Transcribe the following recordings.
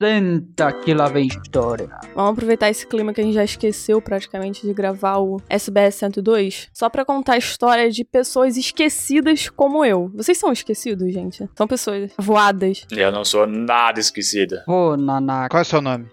Senta que lá vem história. Vamos aproveitar esse clima que a gente já esqueceu praticamente de gravar o SBS 102, só pra contar a história de pessoas esquecidas como eu. Vocês são esquecidos, gente? São pessoas voadas. Eu não sou nada esquecida. Ô, Nanax. Qual é o seu nome?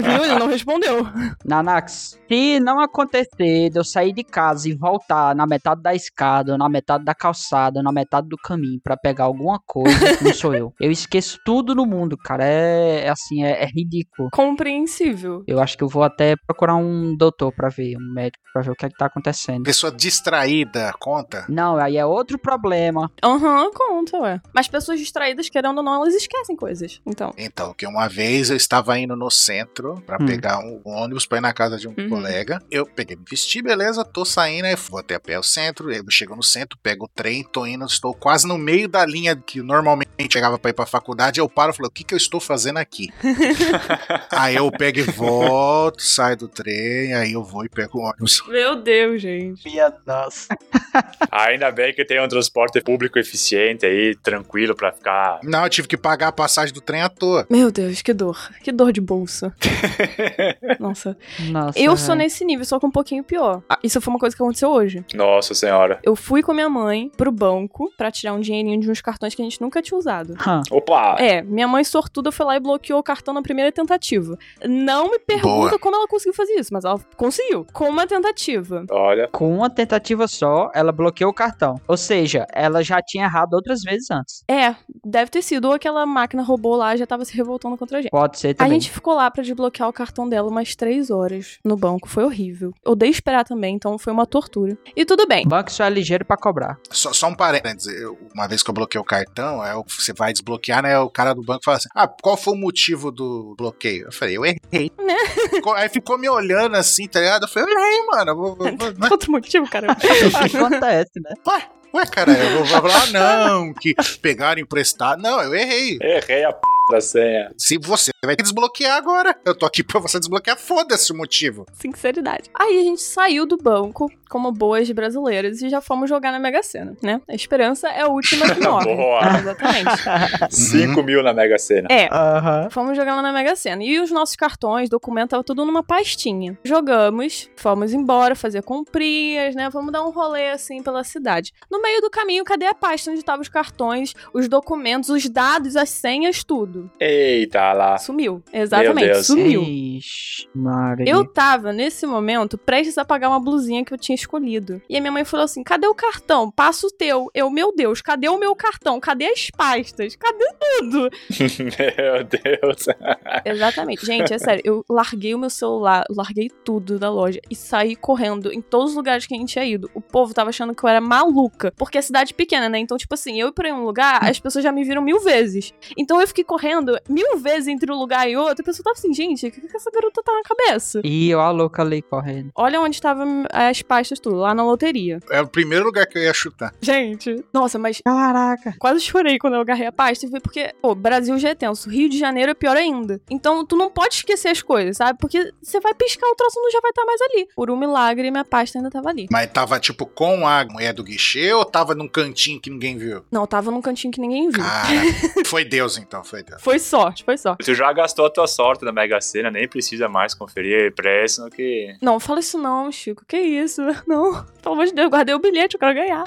Viu? Ele não respondeu. Nanax, se não acontecer de eu sair de casa e voltar na metade da escada, ou na metade da calçada, ou na metade do caminho pra pegar alguma coisa, não sou eu. Eu esqueço tudo no mundo, cara. É, é assim, é, é ridículo. Compreensível. Eu acho que eu vou até procurar um doutor pra ver, um médico pra ver o que é que tá acontecendo. Pessoa distraída, conta. Não, aí é outro problema. Aham, conta, ué. Mas pessoas distraídas, querendo ou não, elas esquecem coisas. Então. Então, que uma vez eu estava indo no centro pra Hum. pegar um ônibus pra ir na casa de um Uhum. colega. Eu peguei, me vesti, beleza, tô saindo, aí vou até a pé ao centro, eu chego no centro, pego o trem, tô indo, estou quase no meio da linha que normalmente chegava pra ir pra faculdade, eu paro e falo, o que que eu estou fazendo aqui? aí eu pego e volto, saio do trem, aí eu vou e pego o ônibus. Meu Deus, gente. Minha nossa. Ainda bem que tem um transporte público eficiente aí, tranquilo pra ficar. Não, eu tive que pagar a passagem do trem à toa. Meu Deus, que dor. Que dor de bolsa. Nossa. Nossa. Eu sou velho. nesse nível, só que um pouquinho pior. Ah, Isso foi uma coisa que aconteceu hoje. Nossa senhora. Eu fui com a minha mãe pro banco pra tirar um dinheirinho de uns cartões que a gente nunca tinha usado. Hã. Opa! É, minha mãe sortuda foi lá e bloqueou o cartão na primeira tentativa. Não me pergunta Boa. como ela conseguiu fazer isso, mas ela conseguiu. Com uma tentativa. Olha, Com uma tentativa só, ela bloqueou o cartão. Ou seja, ela já tinha errado outras vezes antes. É, deve ter sido ou aquela máquina robô lá já tava se revoltando contra a gente. Pode ser A também. gente ficou lá pra desbloquear o cartão dela umas três horas no banco. Foi horrível. Odeio esperar também, então foi uma tortura. E tudo bem. Banco só é ligeiro pra cobrar. Só, só um parênteses, eu- uma vez que eu bloqueei o cartão, aí eu- você vai desbloquear, né? O cara do banco fala assim: Ah, qual foi o motivo do bloqueio? Eu falei, eu errei. Né? Ficou- aí ficou me olhando assim, tá ligado? Eu falei, eu errei, mano. eu vou- vou- vou- né? Outro motivo, cara. Acontece, né? Ué, cara, eu vou falar, ah, não, que pegaram emprestado. Não, eu errei. errei a p da senha. Se você vai ter que desbloquear agora. Eu tô aqui pra você desbloquear, foda-se o motivo. Sinceridade. Aí a gente saiu do banco como boas brasileiras e já fomos jogar na Mega Sena, né? A esperança é a última que morre. Boa. Exatamente. Uhum. 5 mil na Mega Sena. É, Aham. Fomos jogar lá na Mega Sena. E os nossos cartões, documento, tava tudo numa pastinha. Jogamos, fomos embora fazer comprinhas, né? Vamos dar um rolê assim pela cidade. No meio do caminho, cadê a pasta onde estavam os cartões, os documentos, os dados, as senhas, tudo? Eita lá. Sumiu. Exatamente, Deus. sumiu. Ixi, Maria. Eu tava, nesse momento, prestes a pagar uma blusinha que eu tinha escolhido. E a minha mãe falou assim: cadê o cartão? Passa o teu. Eu, meu Deus, cadê o meu cartão? Cadê as pastas? Cadê tudo? Meu Deus. Exatamente. Gente, é sério, eu larguei o meu celular, larguei tudo da loja e saí correndo em todos os lugares que a gente tinha ido. O povo tava achando que eu era maluca, porque é cidade pequena, né? Então, tipo assim, eu ir pra um lugar, as pessoas já me viram mil vezes. Então eu fiquei correndo mil vezes entre um lugar e outro. A pessoa tava assim, gente, o que, que essa garota tá na cabeça? E eu a louca ali correndo. Olha onde estavam eh, as pastas tudo, lá na loteria. É o primeiro lugar que eu ia chutar. Gente, nossa, mas Caraca. Quase chorei quando eu agarrei a pasta e fui porque, pô, Brasil já é tenso, Rio de Janeiro é pior ainda. Então, tu não pode esquecer as coisas, sabe? Porque você vai piscar, o troço não já vai estar mais ali. Por um milagre, minha pasta ainda tava ali. Mas tava, tipo, com a mulher do guichê ou tava num cantinho que ninguém viu? Não, tava num cantinho que ninguém viu. Cara, foi Deus então, foi Deus. Foi sorte, foi sorte. Tu já gastou a tua sorte na Mega Sena, nem precisa mais conferir preço que. Não, fala isso não, Chico. Que isso? Não. Pelo amor de Deus, eu guardei o bilhete, eu quero ganhar.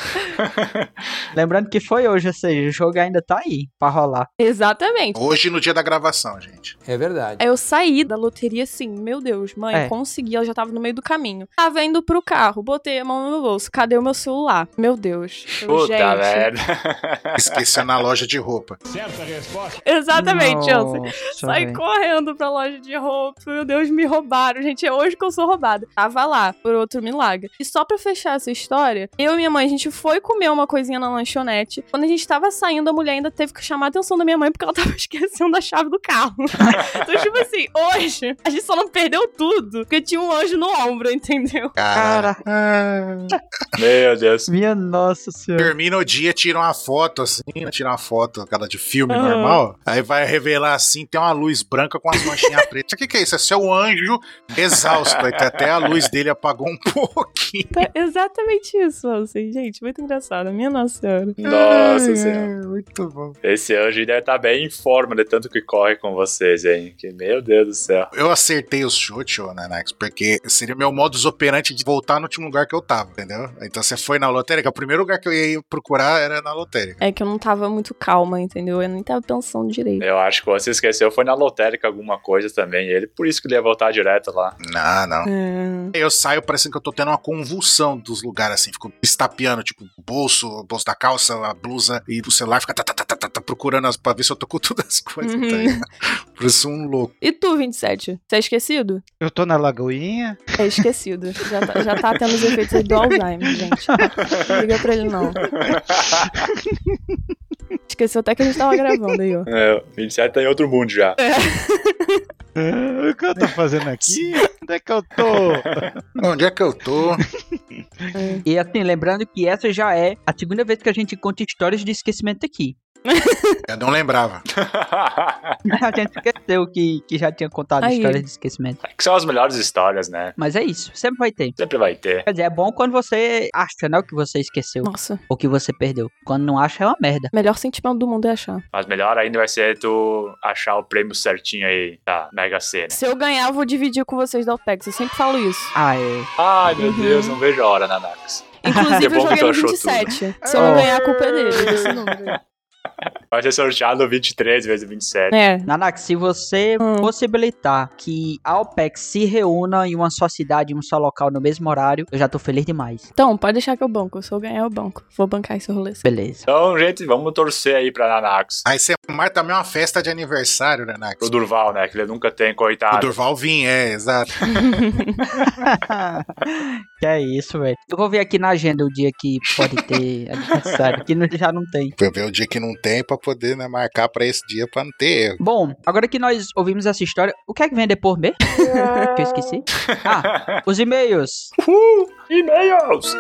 Lembrando que foi hoje, ou seja, o jogo ainda tá aí pra rolar. Exatamente. Hoje no dia da gravação, gente. É verdade. Aí eu saí da loteria assim, meu Deus, mãe, É. consegui, ela já tava no meio do caminho. Tava indo pro carro, botei a mão no meu bolso, cadê o meu celular? Meu Deus. Eu, Puta gente. merda. Esqueceu na loja de roupa. Exatamente, Chelsea. Nossa, Saí velho. correndo pra loja de roupa. Meu Deus, me roubaram. Gente, é hoje que eu sou roubada. Tava lá, por outro milagre. E só pra fechar essa história, eu e minha mãe, a gente foi comer uma coisinha na lanchonete. Quando a gente tava saindo, a mulher ainda teve que chamar a atenção da minha mãe porque ela tava esquecendo a chave do carro. então, tipo assim, hoje a gente só não perdeu tudo porque tinha um anjo no ombro, entendeu? Cara. Cara, Meu Deus. minha nossa senhora. Termina o dia, tira uma foto assim, né? tira uma foto, aquela de filme Aham. normal. Aí vai revelar assim, tem uma luz branca com as manchinhas pretas. O que, que é isso? É seu anjo exausto. Aí tá Até a luz dele apagou um pouquinho. Tá- exatamente isso, assim, gente. Muito engraçado. Minha nossa senhora. Ai, Nossa senhora. é, Muito bom. Esse anjo deve estar bem em forma de tanto que corre com vocês, hein? Que, meu Deus do céu. Eu acertei os chutes, ô Nanax, porque seria o meu modus operandi de voltar no último lugar que eu tava, entendeu? Então você foi na lotérica, o primeiro lugar que eu ia procurar era na lotérica. É que eu não tava muito calma, entendeu? Eu nem tava pensando direito. Eu acho que você esqueceu, foi na lotérica alguma coisa também. Ele, por isso que ele ia voltar direto lá. Não, não. É. Eu saio parecendo que eu tô tendo uma convulsão dos lugares, assim. Fico estapeando, tipo, o bolso, o bolso da calça, a blusa e o celular. Fica tá, tá, tá, tá, tá, tá, procurando as, pra ver se eu tô com todas as coisas. Uhum. tá ligado? Por isso um louco. E tu, 27? Você é esquecido? Eu tô na lagoinha. É esquecido. Já tá, já tá tendo os efeitos do Alzheimer, gente. Não liga pra ele, não. Esqueceu até que a gente tava gravando aí, ó. É, o 27 tá em outro mundo já. Ah, O que eu tô fazendo aqui? Onde é que eu tô? Onde é que eu tô? É. E assim, lembrando que essa já é a segunda vez que a gente conta histórias de esquecimento aqui. Eu não lembrava. A gente esqueceu que, que já tinha contado Aí. histórias de esquecimento. que são as melhores histórias, né? Mas é isso, sempre vai ter. Sempre vai ter. Quer dizer, é bom quando você acha, né, o que você esqueceu Nossa, ou que você perdeu. Quando não acha, é uma merda. melhor sentimento do mundo é achar. Mas melhor ainda vai ser tu achar o prêmio certinho aí da Mega Sena. Se eu ganhar, eu vou dividir com vocês da OPEX. Eu sempre falo isso. Ah, é. Ai, meu Deus, não vejo a hora, Nanax. Que Inclusive, É bom eu que joguei tu no achou 27. Se eu não Oh. ganhar, a culpa é dele. desse número. Vai ser sorteado 23 vezes 27. É. Nanak, se você Hum. possibilitar que a OPEC se reúna em uma só cidade, em um só local, no mesmo horário, eu já tô feliz demais. Então, pode deixar que eu banco. Se eu ganhar, eu banco. Vou bancar esse rolê. Beleza. Então, gente, vamos torcer aí pra Nanax. Aí você marca também uma festa de aniversário, né, Nax? Pro Durval, né? Que ele nunca tem, O coitado. Durval Vim, é, exato. que é isso, velho. Eu vou ver aqui na agenda o dia que pode ter aniversário, que não- já não tem. Pra eu ver o dia que não tem pra poder né, marcar pra esse dia pra não ter erro. Bom, agora que nós ouvimos essa história, o que é que vem depois mesmo? que eu esqueci. Ah, os e-mails. E-mails!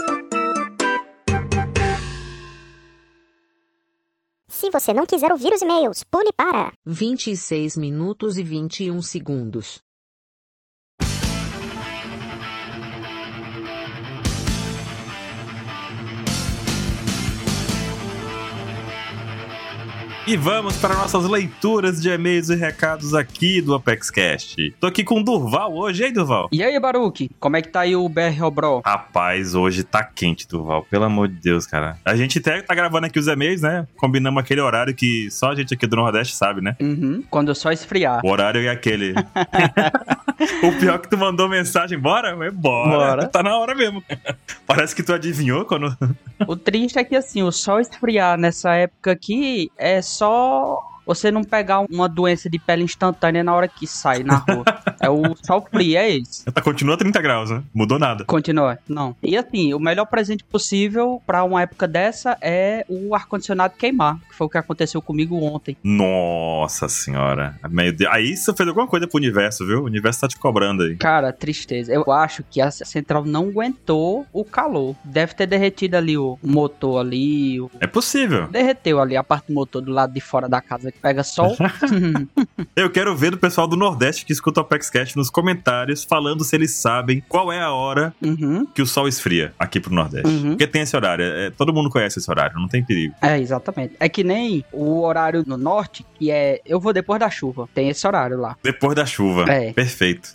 Se você não quiser ouvir os e-mails, pule para 26 minutos e 21 segundos. E vamos para nossas leituras de e-mails e recados aqui do ApexCast. Tô aqui com o Durval hoje, hein, Durval? E aí, Baruque, como é que tá aí o BR Bro? Rapaz, hoje tá quente, Durval. Pelo amor de Deus, cara. A gente até tá gravando aqui os e-mails, né? Combinamos aquele horário que só a gente aqui do Nordeste sabe, né? Uhum, quando só esfriar. O horário é aquele. o pior é que tu mandou mensagem, bora? É bora. Bora. Tá na hora mesmo. Parece que tu adivinhou quando. O triste é que assim, o sol esfriar nessa época aqui é só você não pegar uma doença de pele instantânea na hora que sai na rua. é o sol frio, é isso. Continua 30 graus, né? Mudou nada. Continua, não. E assim, o melhor presente possível pra uma época dessa é o ar-condicionado queimar, que foi o que aconteceu comigo ontem. Nossa senhora. Meu Deus. Aí você fez alguma coisa pro universo, viu? O universo tá te cobrando aí. Cara, tristeza. Eu acho que a central não aguentou o calor. Deve ter derretido ali o motor ali, o- É possível. derreteu ali a parte do motor do lado de fora da casa que pega sol. Eu quero ver do pessoal do Nordeste que escuta o ApexCast nos comentários falando se eles sabem qual é a hora uhum. que o sol esfria aqui pro Nordeste. Uhum. Porque tem esse horário. é- todo mundo conhece esse horário, não tem perigo. É, exatamente. É que nem o horário no norte, que é eu vou depois da chuva. Tem esse horário lá. Depois da chuva. É. Perfeito.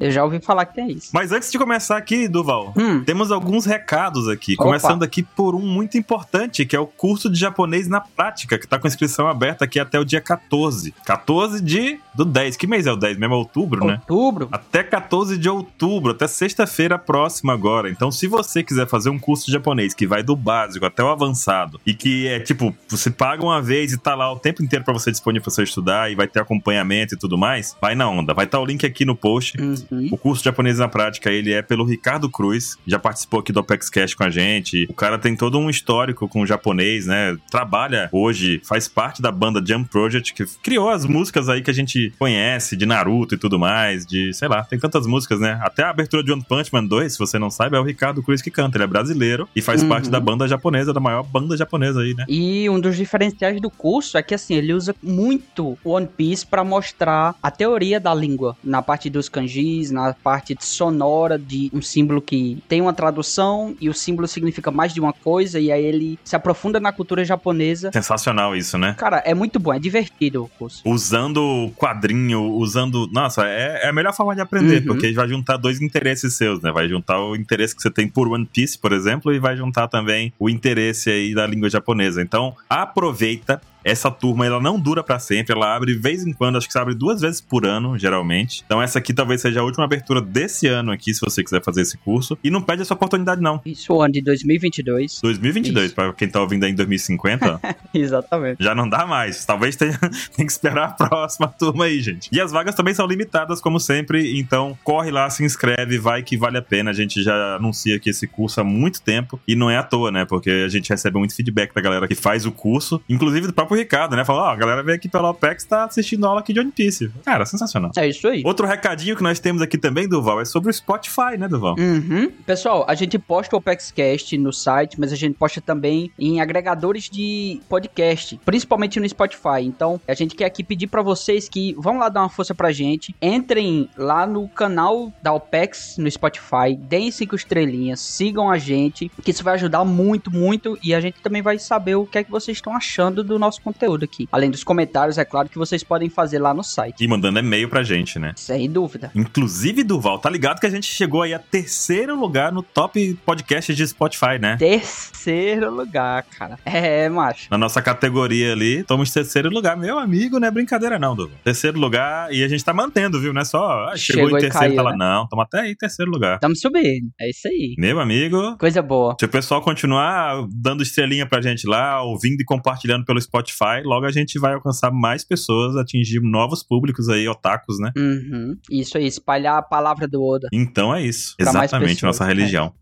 Eu já ouvi falar que tem isso. Mas antes de começar aqui, Duval, Hum, Temos alguns recados aqui, Opa. começando aqui por um muito importante, que é o curso de japonês na prática, que tá com inscrição aberta aqui até o dia 14. 14 de do 10. Que mês é o 10? Mesmo é outubro, né? outubro. Até 14 de outubro, até sexta-feira próxima agora. Então, se você quiser fazer um curso de japonês que vai do básico até o avançado e que é tipo, você paga uma vez e tá lá o tempo inteiro pra você disponível pra você estudar e vai ter acompanhamento e tudo mais, vai na onda. Vai estar o link aqui no post. Uhum. O curso de japonês na prática, ele é pelo Ricardo Cruz, já participou aqui do Apex Cash com a gente. O cara tem todo um histórico com o japonês, né? Trabalha hoje, faz parte da banda Jump Project, que criou as músicas aí que a gente conhece, de Naruto e tudo mais, de, sei lá, tem tantas músicas, né? Até a abertura de One Punch Man 2, se você não sabe, é o Ricardo Cruz que canta. Ele é brasileiro e faz Uhum. parte da banda japonesa, da maior banda japonesa aí, né? E um dos diferenciais do curso é que assim, ele usa muito One Piece pra mostrar a teoria da língua, na parte dos kanjis, na parte de sonora de um símbolo que tem uma tradução e o símbolo significa mais de uma coisa e aí ele se aprofunda na cultura japonesa. Sensacional isso, né? Cara, é muito bom, é divertido o curso. Usando quadrinho, usando. Nossa, é, é a melhor forma de aprender, Uhum. porque vai juntar dois interesses seus, né? Vai juntar o interesse que você tem por One Piece, por exemplo, e vai juntar também o interesse aí da língua japonesa. Então, aproveita. Essa turma, ela não dura pra sempre, ela abre de vez em quando, acho que você abre duas vezes por ano, geralmente. Então essa aqui talvez seja a última abertura desse ano aqui, se você quiser fazer esse curso. E não perde essa oportunidade, não. Isso o ano de 2022. 2022, Isso. pra quem tá ouvindo aí em 2050, Exatamente. já não dá mais. Talvez tenha tem que esperar a próxima turma aí, gente. E as vagas também são limitadas, como sempre. Então, corre lá, se inscreve, vai que vale a pena. A gente já anuncia que esse curso há muito tempo e não é à toa, né? Porque a gente recebe muito feedback da galera que faz o curso, inclusive do próprio Ricardo, né? Fala, ó, a galera veio aqui pela OPEX tá assistindo aula aqui de One Piece. Cara, sensacional. É isso aí. Outro recadinho que nós temos aqui também, Duval, é sobre o Spotify, né, Duval? Uhum. Pessoal, a gente posta o OpexCast no site, mas a gente posta também em agregadores de podcast, principalmente no Spotify. Então, a gente quer aqui pedir pra vocês que vão lá dar uma força pra gente, entrem lá no canal da OPEX no Spotify, deem cinco estrelinhas, sigam a gente, que isso vai ajudar muito, muito, e a gente também vai saber o que é que vocês estão achando do nosso conteúdo aqui. Além dos comentários, é claro, que vocês podem fazer lá no site. E mandando e-mail pra gente, né? Sem dúvida. Inclusive, Durval, tá ligado que a gente chegou aí a terceiro lugar no top podcast de Spotify, né? Terceiro lugar, cara. É, macho. Na nossa categoria ali, estamos em terceiro lugar. Meu amigo, não é brincadeira não, Durval. Terceiro lugar e a gente tá mantendo, viu? Não é só, ah, chegou, Chegou e em terceiro, caiu, tá lá. né? Não, estamos até aí em terceiro lugar. Tamo subindo. É isso aí. Meu amigo... Coisa boa. Se o pessoal continuar dando estrelinha pra gente lá, ouvindo e compartilhando pelo Spotify, logo a gente vai alcançar mais pessoas, atingir novos públicos aí, otakus, né? Uhum. Isso aí, espalhar a palavra do Oda. Então é isso. Pra mais Exatamente, pessoas, nossa é. religião.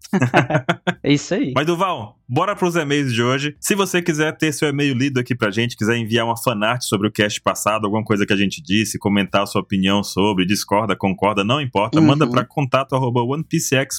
É isso aí. Mas Duval, bora pros e-mails de hoje. Se você quiser ter seu e-mail lido aqui pra gente, quiser enviar uma fanart sobre o cast passado, alguma coisa que a gente disse, comentar a sua opinião sobre, discorda, concorda, não importa, Uhum. manda pra contato arroba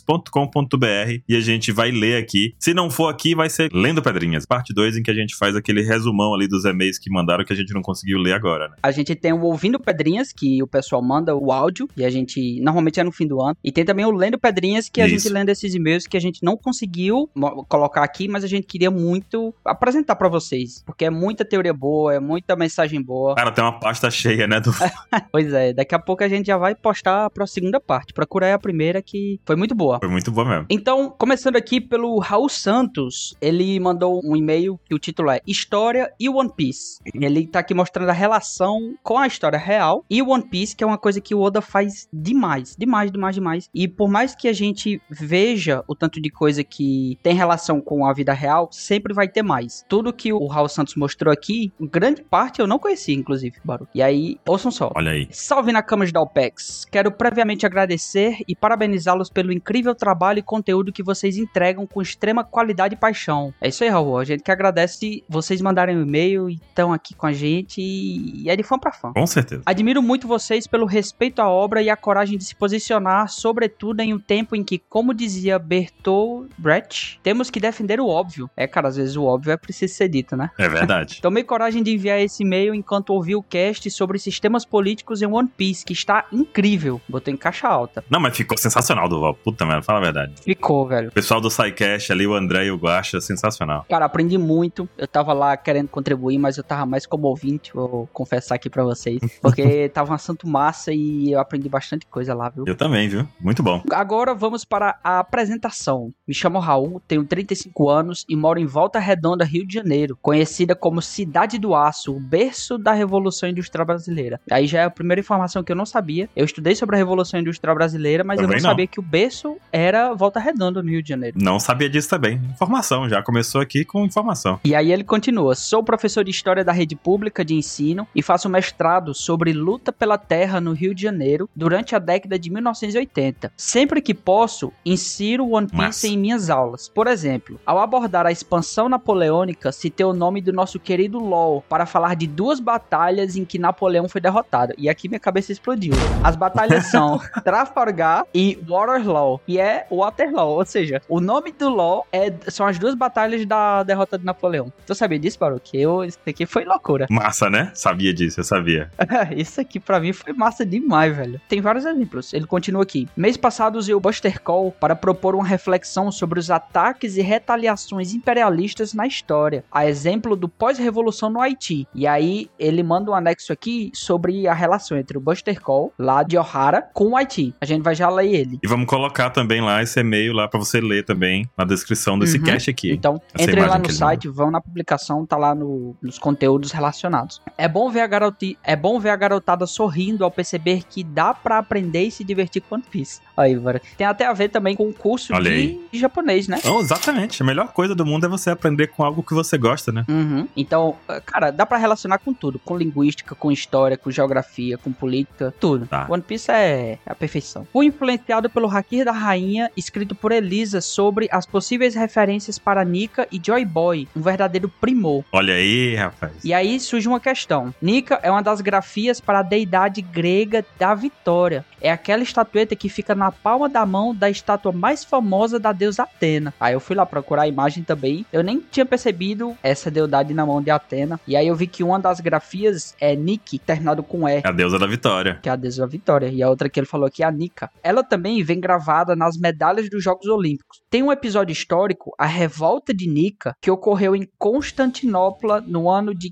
onepcx.com.br e a gente vai ler aqui. Se não for aqui, vai ser Lendo Pedrinhas, parte 2, em que a gente faz aquele resumão ali dos e-mails que mandaram que a gente não conseguiu ler agora, né? A gente tem o Ouvindo Pedrinhas, que o pessoal manda o áudio, e a gente normalmente é no fim do ano. E tem também o Lendo Pedrinhas, que a Isso. gente lendo esses e-mails que a gente não conseguiu mo- colocar aqui, mas a gente queria muito apresentar pra vocês. Porque é muita teoria boa, é muita mensagem boa. Cara, tem uma pasta cheia, né, Duval? Pois é, daqui a pouco a gente já vai postar pra segunda parte. Procura aí a primeira que foi muito boa. Foi muito bom mesmo. Então, começando aqui pelo Raul Santos, ele mandou um e-mail que o título é História e One Piece. Ele tá aqui mostrando a relação com a história real e One Piece, que é uma coisa que o Oda faz demais, demais, demais, demais. E por mais que a gente veja o tanto de coisa que tem relação com a vida real, sempre vai ter mais. Tudo que o Raul Santos mostrou aqui, grande parte eu não conhecia, inclusive, Baru. E aí, ouçam só. Olha aí. Salve na Camas da OPEX! Quero previamente agradecer e parabenizá-los pelo incrível trabalho e conteúdo que vocês entregam com extrema qualidade e paixão. É isso aí, Raul. A gente que agradece vocês mandarem o e-mail e estão aqui com a gente e é de fã pra fã. Com certeza. Admiro muito vocês pelo respeito à obra e a coragem de se posicionar, sobretudo em um tempo em que, como dizia Bertolt Brecht, temos que defender o óbvio. É, cara, às vezes o óbvio é preciso ser dito, né? É verdade. Tomei coragem de enviar esse e-mail enquanto ouvi o cast sobre sistemas políticos em One Piece, que está incrível. Botei em caixa alta. Não, mas ficou sensacional, Duval. Puta merda, fala a verdade. Ficou, velho. O pessoal do SciCast ali, o André e o Guaxa, sensacional. Cara, aprendi muito. Eu tava lá querendo contribuir, mas eu tava mais como ouvinte, vou confessar aqui pra vocês. Porque tava um assunto massa e eu aprendi bastante coisa lá, viu? Eu também, viu? Muito bom. Agora vamos para a apresentação. Me chamo Raul, tenho 35 anos e moro em Volta Redonda, Rio de Janeiro, conhecida como Cidade do Aço, o berço da Revolução Industrial Brasileira. Aí já é a primeira informação que eu não sabia. Eu estudei sobre a Revolução Industrial Brasileira, mas eu Também não, não. sabia que o berço era Volta Redonda no Rio de Janeiro. Não sabia disso também. Informação, já começou aqui com informação. E aí ele continua: sou professor professor de História da Rede Pública de Ensino e faço mestrado sobre luta pela terra no Rio de Janeiro durante a década de 1980. Sempre que posso, insiro One Piece Massa. em minhas aulas. Por exemplo, ao abordar a expansão napoleônica, citei o nome do nosso querido LOL para falar de duas batalhas em que Napoleão foi derrotado. E aqui minha cabeça explodiu. As batalhas são Trafalgar e Waterloo, que é Waterloo, ou seja, o nome do LOL é, são as duas batalhas da derrota de Napoleão. Tu sabia disso, Baruque? Eu, isso aqui foi loucura. Massa, né? Sabia disso, eu sabia. Isso aqui pra mim foi massa demais, velho. Tem vários exemplos. Ele continua aqui. Mês passado usei o Buster Call para propor uma reflexão sobre os ataques e retaliações imperialistas na história, a exemplo do pós-revolução no Haiti. E aí ele manda um anexo aqui sobre a relação entre o Buster Call, lá de O'Hara, com o Haiti. A gente vai já ler ele. E vamos colocar também lá esse e-mail lá pra você ler também na descrição desse Uhum. cast aqui. Então, Essa entrem lá imagem no que ele site, vão na publicação, tá lá no- nos conteúdos relacionados. É bom, ver a garoti, é bom ver a garotada sorrindo ao perceber que dá pra aprender e se divertir com One Piece. Aí, bora. Tem até a ver também com o curso Olha de, aí. de japonês, né? Então, exatamente. A melhor coisa do mundo é você aprender com algo que você gosta, né? Uhum. Então, eh, cara, dá pra relacionar com tudo. Com linguística, com história, com geografia, com política, tudo. Tá. One Piece é a perfeição. Fui influenciado pelo Hakir da Rainha, escrito por Elisa, sobre as possíveis referências para Nika e Joy Boy, um verdadeiro primor. Olha aí, rapaz. E aí surge uma questão. Nika é uma das grafias para a deidade grega da vitória. É aquela estatueta que fica na palma da mão da estátua mais famosa da deusa Atena. Aí eu fui lá procurar a imagem também. Eu nem tinha percebido essa deidade na mão de Atena. E aí eu vi que uma das grafias é Nike, terminado com E A deusa da vitória. que é a deusa da vitória, e a outra que ele falou aqui é a Nika. Ela também vem gravada nas medalhas dos Jogos Olímpicos. Tem um episódio histórico, a Revolta de Nika, que ocorreu em Constantinopla no ano de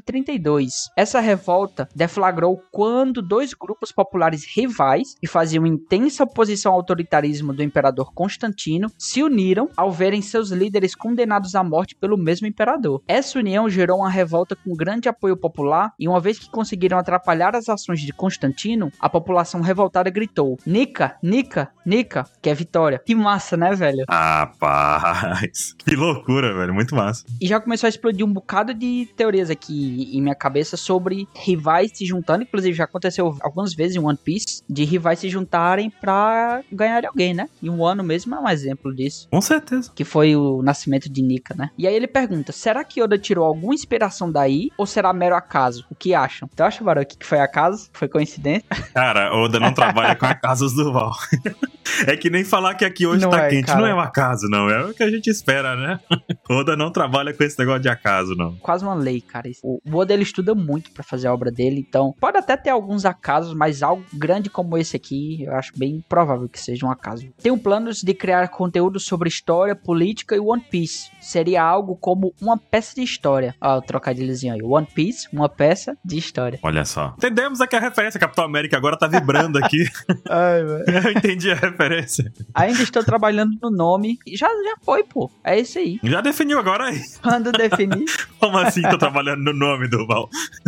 532. Essa revolta deflagrou quando dois grupos populares rivais, que faziam intensa oposição ao autoritarismo do imperador Constantino, se uniram ao verem seus líderes condenados à morte pelo mesmo imperador. Essa união gerou uma revolta com grande apoio popular e uma vez que conseguiram atrapalhar as ações de Constantino, a população revoltada gritou: "Nica, Nica, Nica", que é vitória. Que massa, né, velho? Rapaz. Que loucura, velho. Muito massa. E já começou a explodir um bocado de teorias aqui em minha cabeça sobre rivais se juntando, inclusive já aconteceu algumas vezes em One Piece de rivais se juntarem pra ganhar alguém, né? E um ano mesmo é um exemplo disso. Com certeza. que foi o nascimento de Nika, né? E aí ele pergunta: será que Oda tirou alguma inspiração daí ou será mero acaso? O que acham? Então, Tu acha, Baruch, que foi acaso? Foi coincidência? Cara, Oda não trabalha com acasos do Val. É que nem falar que aqui hoje Não tá é, quente. cara. Não é um acaso, não. É o que a gente espera, né? Oda não trabalha com esse negócio de acaso, não. é Quase uma lei, cara. O o Oda ele estuda muito pra fazer a obra dele, então pode até ter alguns acasos, mas algo grande como esse aqui, eu acho bem provável que seja um acaso. Tenho planos de criar conteúdo sobre história, política e One Piece. Seria algo como uma peça de história. Ó, o trocadilhozinho aí. One Piece, uma peça de história. Olha só. Entendemos aqui a referência. Capitão América agora tá vibrando aqui. Ai, velho. Eu entendi a referência. Ainda estou trabalhando no nome. Já, já foi, pô. É isso aí. Já definiu agora aí. Quando definir, Como assim tô trabalhando no nome do Val?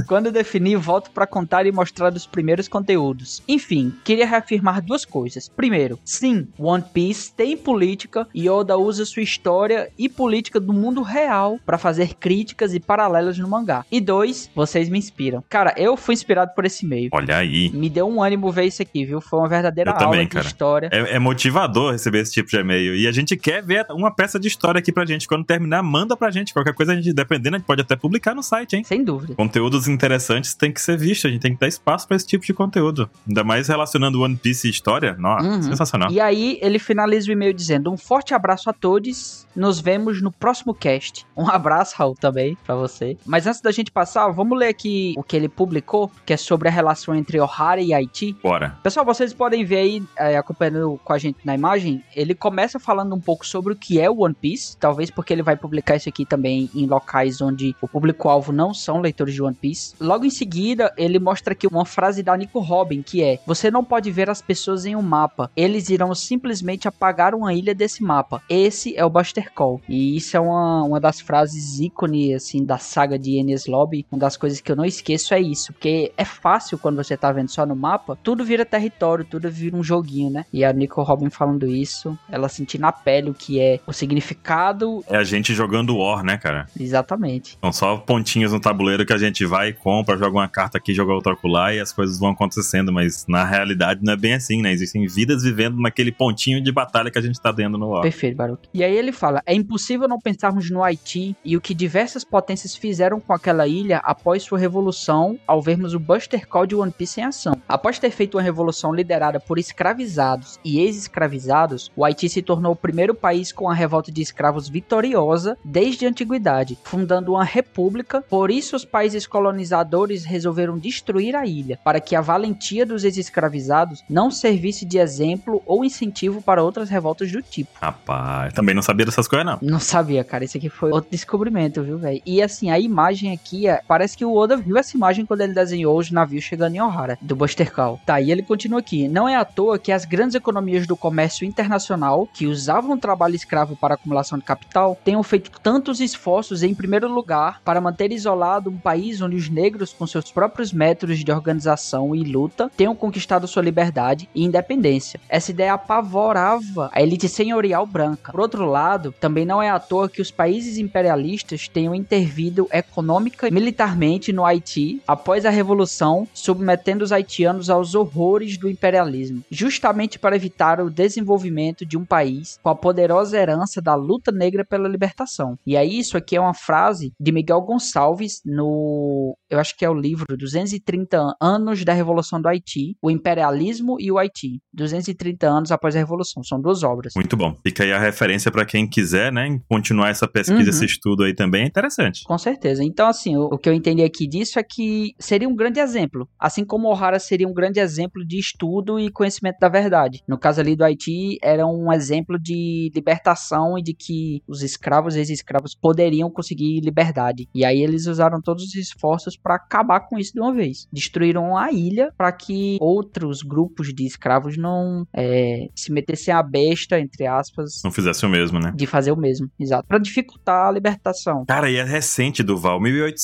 quando definir, volto para contar e mostrar os primeiros conteúdos. Enfim, queria reafirmar duas coisas. Primeiro, sim, One Piece tem política e Oda usa sua história e política do mundo real para fazer críticas e paralelos no mangá. E dois, vocês me inspiram. Cara, eu fui inspirado por esse meio. Olha aí. Me deu um ânimo ver isso aqui, viu? Foi uma verdadeira Eu aula também, de cara. história. É, é motivador receber esse tipo de e-mail. E a gente quer ver uma peça de história aqui pra gente. Quando terminar, manda pra gente. Qualquer coisa, a gente, dependendo, a gente pode até publicar no site, hein? Sem dúvida. Conteúdos interessantes têm que ser vistos. A gente tem que dar espaço pra esse tipo de conteúdo. Ainda mais relacionando One Piece e história. Nossa, Uhum. sensacional. E aí ele finaliza o e-mail dizendo: Um forte abraço a todos. Nos vemos no próximo cast. Um abraço, Raul, também pra você. Mas antes da gente passar, vamos ler aqui o que ele publicou, que é sobre a relação entre O'Hara e Haiti. Bora. Pessoal, vocês podem ver aí, é, acompanhando com a gente na imagem, ele começa falando um pouco sobre o que é o One Piece, talvez porque ele vai publicar isso aqui também em locais onde o público-alvo não são leitores de One Piece. Logo em seguida, ele mostra aqui uma frase da Nico Robin, que é: Você não pode ver as pessoas em um mapa, eles irão simplesmente apagar uma ilha desse mapa. Esse é o Buster Call. E isso é uma, uma das frases ícone, assim, da saga de Enies Lobby. Uma das coisas que eu não esqueço é isso, porque é fácil quando você tá vendo só no mapa, tudo vira território, tudo vira um joguinho, né? E a Nico Robin falando isso, ela sentir na pele o que é o significado É a gente jogando War, né, cara? Exatamente. gente. São só pontinhos no tabuleiro que a gente vai e compra, joga uma carta aqui, joga outra acolá e as coisas vão acontecendo, mas na realidade não é bem assim, né? Existem vidas vivendo naquele pontinho de batalha que a gente tá dentro no ar. Perfeito, Baruch. E aí ele fala: é impossível não pensarmos no Haiti e o que diversas potências fizeram com aquela ilha após sua revolução ao vermos o Buster Call de One Piece em ação. Após ter feito uma revolução liderada por escravizados e ex-escravizados, o Haiti se tornou o primeiro país com a revolta de escravos vitoriosa desde a antiguidade, fundando uma república. Por isso, os países colonizadores resolveram destruir a ilha, para que a valentia dos ex-escravizados não servisse de exemplo ou incentivo para outras revoltas do tipo. Rapaz, também não sabia dessas coisas, não. Não sabia, cara. Esse aqui foi outro descobrimento, viu, velho? E assim, a imagem aqui, é- parece que o Oda viu essa imagem quando ele desenhou os navios chegando em Ohara, do Buster Call. Tá, e ele continua aqui. Não é à toa que as grandes economias do comércio internacional, que usavam o trabalho escravo para acumulação de capital, tenham feito tantos esforços, em primeiro lugar, para manter isolado um país onde os negros, com seus próprios métodos de organização e luta, tenham conquistado sua liberdade e independência. Essa ideia apavorava a elite senhorial branca. Por outro lado, também não é à toa que os países imperialistas tenham intervido econômica e militarmente no Haiti após a Revolução, submetendo os haitianos aos horrores do imperialismo, justamente para evitar o desenvolvimento de um país com a poderosa herança da luta negra pela libertação. E aí, isso aqui é uma frase de Miguel Gonçalves no. Eu aan- acho que é o livro 230 anos da Revolução do Haiti, o imperialismo e o Haiti, 230 anos após a Revolução, são duas obras. Muito bom. Fica aí a referência pra quem quiser, né? Continuar essa pesquisa, Uhum. esse estudo aí também. É interessante. Com certeza. Então, assim, o, o que eu entendi aqui disso é que seria um grande exemplo. Assim como O'Hara seria um grande exemplo de estudo e conhecimento da verdade. No caso ali do Haiti, era um exemplo de libertação e de que os escravos, ex-escravos, poderiam conseguir liberdade. E aí eles usaram todos os esforços para acabar com isso de uma vez. Destruíram a ilha para que outros grupos de escravos não é, se metessem a besta, entre aspas, Não fizesse o mesmo, né? de fazer o mesmo. Exato. Para dificultar a libertação. Cara, e é recente, Duval.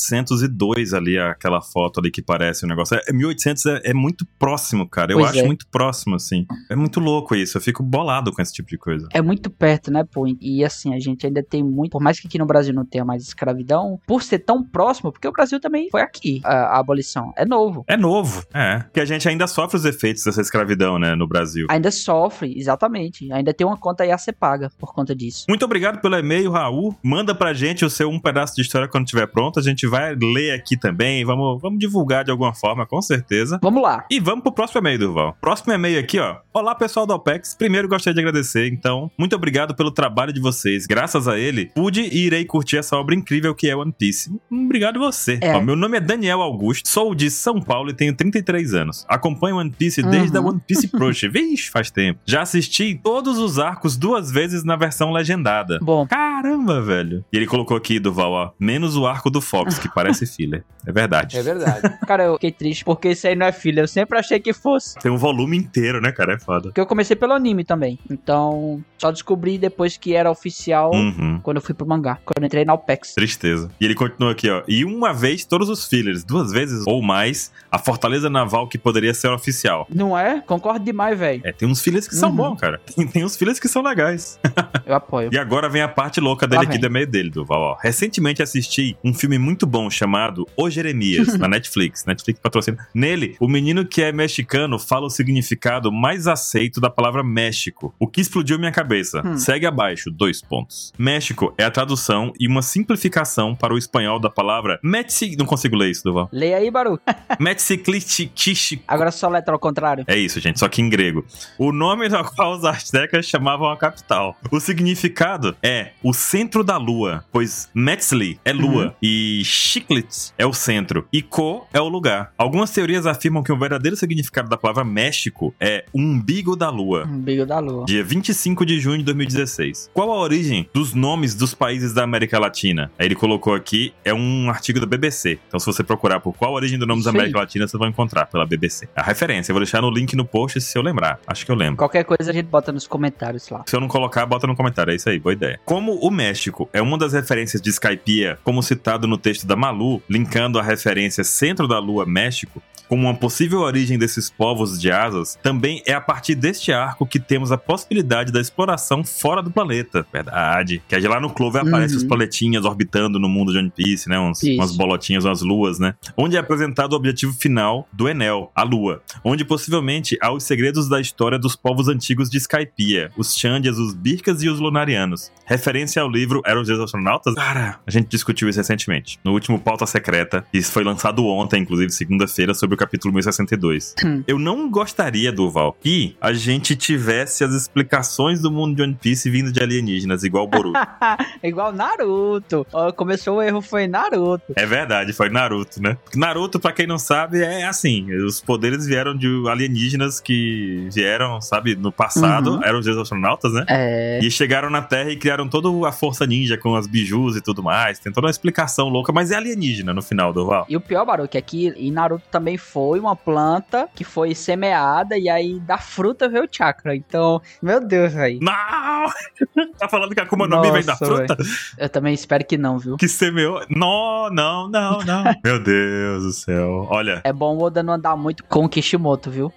1802 ali, aquela foto ali que parece o negócio. É, 1800 é, é muito próximo, cara. Eu Pois acho é. muito próximo, assim. É muito louco isso. Eu fico bolado com esse tipo de coisa. É muito perto, né, pô? E assim, a gente ainda tem muito. Por mais que aqui no Brasil não tenha mais escravidão, por ser tão próximo, porque o Brasil também foi aqui a, a abolição. É novo. É novo. É. Porque a gente ainda sofre os efeitos dessa escravidão, né, no Brasil. Ainda sofre, exatamente. Ainda tem uma conta aí a ser paga por conta disso. Muito obrigado pelo e-mail, Raul. Manda pra gente o seu um pedaço de história quando estiver pronto. A gente vai ler aqui também. Vamos, vamos divulgar de alguma forma, com certeza. Vamos lá. E vamos pro próximo e-mail, Durval. Próximo e-mail aqui, ó. Olá, pessoal da OPEX. Primeiro gostaria de agradecer, então, muito obrigado pelo trabalho de vocês. Graças a ele, pude e irei curtir essa obra incrível que é One Piece. Hum, Obrigado você. É. Ó, meu nome é Daniel Augusto, sou de São Paulo e tenho 33 anos. Acompanho One Piece desde a Uhum. One Piece Project. Vixe, faz tempo. Já assisti todos os arcos duas vezes na versão legendada. Bom, Caramba, velho. E ele colocou aqui, Duval, ó, menos o arco do Fox, que parece filler. É verdade. É verdade. cara, eu fiquei triste porque isso aí não é filha. Eu sempre achei que fosse. Tem um volume inteiro, né, cara? É foda. Porque eu comecei pelo anime também. Então, só descobri depois que era oficial Uhum. quando eu fui pro mangá. Quando eu entrei na OPEX. Tristeza. E ele continua aqui, ó. E uma vez todos os fillers, duas vezes ou mais, a fortaleza naval que poderia ser oficial. Não é? Concordo demais, velho. É, tem uns fillers que são Uhum. bons, cara. Tem, tem uns fillers que são legais. Eu apoio. E agora vem a parte louca Lá dele aqui vem. do e-mail dele, Duval. Ó. Recentemente assisti um filme muito bom chamado O Jeremias, na Netflix. Netflix patrocina. Nele, o menino que é mexicano fala o significado mais aceito da palavra México. O que explodiu minha cabeça. Hum. Segue abaixo, dois pontos. México é a tradução e uma simplificação para o espanhol da palavra Metsi... Não consigo ler isso, Duval. Leia aí, Baru. Metsiclichichico. Agora só letra ao contrário. É isso, gente, só que em grego. O nome no qual os astecas chamavam a capital. O significado é o centro da lua, pois Metzli é lua e Chiclitz é o centro e Co é o lugar. Algumas teorias afirmam que o verdadeiro significado da palavra México é umbigo da lua. Umbigo da lua. Dia 25 de junho de 2016. Qual a origem dos nomes dos países da América Latina? Aí ele colocou aqui, é um artigo da BBC. Então, se você procurar por qual a origem dos nomes Isso da América aí. Latina, você vai encontrar pela BBC. A referência, eu vou deixar no link no post se eu lembrar. Acho que eu lembro. Qualquer coisa a gente bota nos comentários lá. Se eu não colocar, bota no comentário. É isso aí, boa ideia. Como o México é uma das referências de Skypiea, como citado no texto da Malu, linkando a referência Centro da Lua México, como uma possível origem desses povos de asas, também é a partir deste arco que temos a possibilidade da exploração fora do planeta. Verdade. Que é lá no Clover Uhum. aparecem as planetinhas orbitando no mundo de One Piece, né? Uns- Isso. umas bolotinhas, umas luas, né? Onde é apresentado o objetivo final do Enel, a Lua, onde possivelmente há os segredos da história dos povos antigos de Skypiea, os Xandias, os Birkas e os Lunarianos. Referência ao livro Eram os Astronautas? Cara, a gente discutiu isso recentemente, no último Pauta Secreta, e isso foi lançado ontem, inclusive segunda-feira, sobre o capítulo 1062. Hum. Eu não gostaria, Duval, que a gente tivesse as explicações do mundo de One Piece vindo de alienígenas, igual o Boruto. É Igual Naruto. Ó, Começou o erro, foi Naruto. É verdade, foi Naruto, né? Naruto, pra quem não sabe, é assim: os poderes vieram de alienígenas que vieram, sabe, no passado, Uhum. eram os astronautas, né? É. E chegaram na Terra e criaram toda a força ninja com as bijus e tudo mais. Tem toda uma explicação louca, mas é alienígena no final do Val. E o pior, Baruque, é que em Naruto também foi uma planta que foi semeada e aí da fruta veio o chakra. Então, meu Deus, velho. Não! tá falando que a Akuma no Mi vem da Nossa, fruta? Eu também espero que não, viu? Que semeou. Não, não, não, não. Meu Deus do céu. Olha, É bom o Oda não andar muito com o Kishimoto, viu?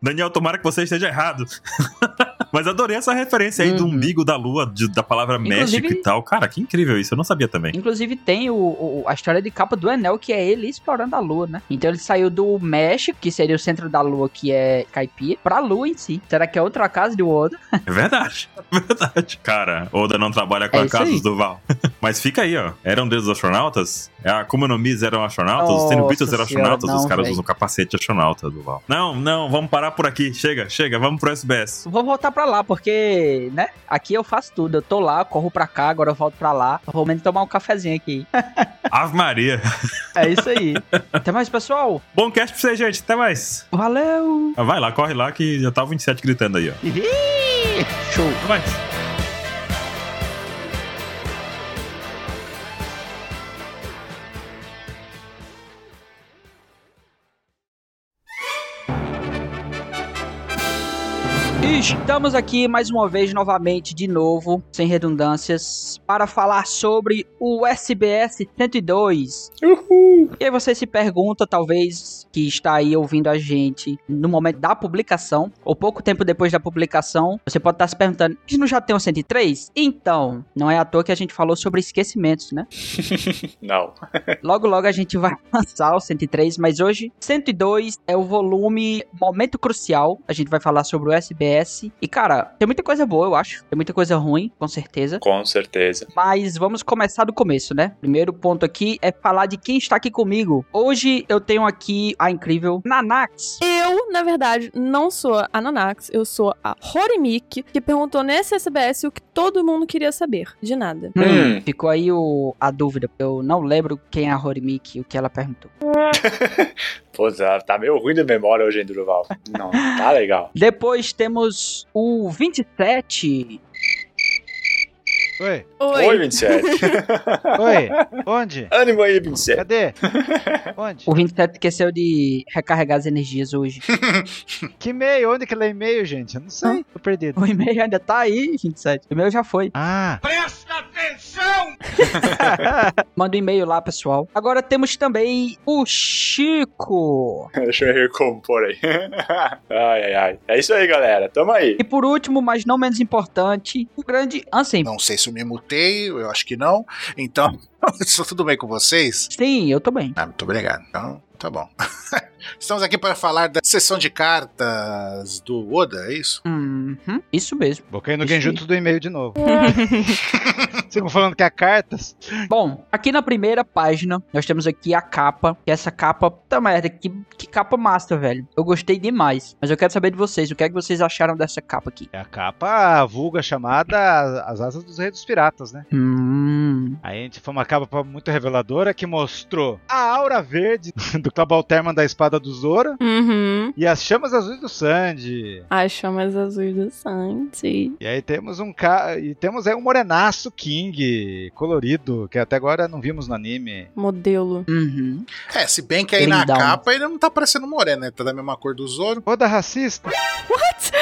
Daniel, tomara que você esteja errado. Mas adorei essa referência aí do Uhum. umbigo da lua, de- da palavra Inclusive- México e tal. Cara, que incrível isso. Eu não sabia também. Inclusive tem o, o- a história de capa do Enel, que é ele explorando a Lua, né? Então ele saiu do México, que seria o centro da Lua, que é Caipira, pra Lua em si. Será que é outra casa de Oda? É verdade. É verdade. Cara, Oda não trabalha com É a isso casa aí. dos Duval. Mas fica aí, ó. Eram deuses astronautas? É, A Akuma no Mi eram astronautas? os Nossa Tenubitas eram senhora, astronautas? os não, caras véi. usam capacete astronauta, Duval. Não, não. Vamos parar por aqui. Chega, chega. Vamos pro SBS. Vou voltar pra lá, porque, né? Aqui eu faço tudo. Eu tô lá, corro pra cá, agora eu volto pra lá. Vou menos tomar um cafezinho aqui. Ave Maria. É isso aí. Até mais, pessoal. Bom cast pra vocês, gente. Até mais. Ah, Valeu! Vai lá, corre lá que já tá o 27 gritando aí, ó. Show! Até mais. Estamos aqui mais uma vez, novamente, de novo, sem redundâncias, para falar sobre o SBS 102. E aí você se pergunta, talvez, que está aí ouvindo a gente no momento da publicação, ou pouco tempo depois da publicação, você pode estar se perguntando, mas não já tem o 103? Então, não é à toa que a gente falou sobre esquecimentos, né? Não. Logo, logo a gente vai lançar o 103, mas hoje 102 é o volume Momento Crucial. A gente vai falar sobre o SBS. E, cara, tem muita coisa boa, eu acho. Tem muita coisa ruim, com certeza. Com certeza. Mas vamos começar do começo, né? Primeiro ponto aqui é falar de quem está aqui comigo. Hoje eu tenho aqui a incrível Nanax. Eu, na verdade, não sou a Nanax, eu sou a Horimiki, que perguntou nesse SBS o que todo mundo queria saber. De nada. Hum. Ficou aí o- a dúvida. Eu não lembro quem é a Horimiki, o que ela perguntou. Pô, tá, tá meio ruim de memória hoje, hein, Durval? Não, tá legal. Depois temos o 27. Oi, Oi. Oi, 27. oi, onde? Ânimo aí, 27. Cadê? Onde? O 27 esqueceu de recarregar as energias hoje. Que e-mail? Onde que lê e-mail, gente? Eu não sei, tô perdido. O e-mail ainda tá aí, 27. O e-mail já foi. Ah, Manda um e-mail lá, pessoal. Agora temos também o Chico. Deixa eu recompor aí. Ai, ai, ai. É isso aí, galera. Tamo aí. E por último, mas não menos importante, o grande Ansem. Não sei se eu me mutei, eu acho que não. Então, isso tudo bem com vocês? Sim, eu tô bem. Ah, muito obrigado. Então, tá bom. Estamos aqui para falar da sessão de cartas do Oda, é isso? Uhum, isso mesmo. boquei no Isso aí. Genjutsu do e-mail de novo. Ficam falando que há cartas? Bom, aqui na primeira página, nós temos aqui a capa. Que essa capa, puta merda, que, que capa massa, velho. Eu gostei demais. Mas eu quero saber de vocês, o que é que vocês acharam dessa capa aqui? É a capa vulga chamada As Asas dos Reis dos Piratas, né? Hum, Aí a gente foi uma capa muito reveladora que mostrou a aura verde do Cabalterman da Espada do Zoro Uhum. e as chamas azuis do Sandy. As chamas azuis do Santi. E aí temos um ca... e temos aí um morenaço King colorido, que até agora não vimos no anime. Modelo. uhum. É, se bem que aí na Lindão. capa ele não tá parecendo moreno, né? Tá da mesma cor do Zoro. Oda racista. What?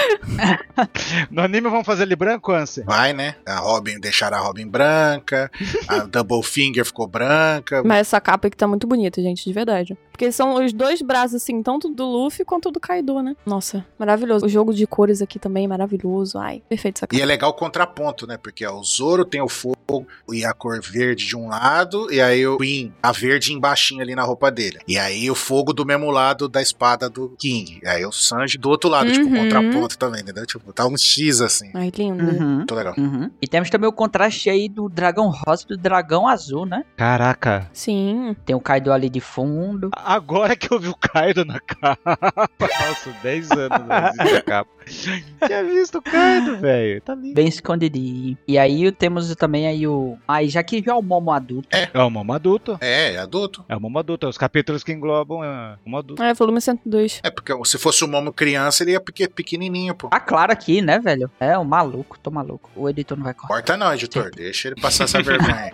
no anime vão fazer ele branco, Ansem? Vai, né? A Robin, deixar a Robin branca. A Double Finger ficou branca. Mas essa capa aqui tá muito bonita, gente, de verdade. Porque são os dois braços, assim, tanto do Luffy quanto do Kaido, né? Nossa, maravilhoso. O jogo de cores aqui também, é maravilhoso. Ai, perfeito essa E capa. é legal o contraponto, né? Porque ó, o Zoro tem o fogo e a cor verde de um lado, e aí o Queen, a verde embaixinho ali na roupa dele. E aí o fogo do mesmo lado da espada do King. E aí o Sanji do outro lado, tipo, o Uhum. contraponto também, entendeu? Tipo, tá um X assim. Ai, lindo. Uhum. Muito legal. Uhum. E temos também o contraste aí do dragão rosa e do dragão azul, né? Caraca. Sim. Tem o Kaido ali de fundo. Agora que eu vi o Kaido na capa. Nossa, 10 anos assistindo a capa. Tinha visto o Kaido, velho. Tá lindo. Bem escondidinho. E aí temos também aí o... Aí já que já é o Momo adulto. É o Momo adulto. É, é adulto. É o Momo adulto. É os capítulos que englobam é o Momo adulto. É, volume 102. É, porque se fosse o Momo criança, ele ia porque pequenininho, pô. Tá claro aqui, né, velho? É, o maluco. Tô maluco. O editor não vai cortar. Corta não, editor. Deixa ele passar essa vergonha.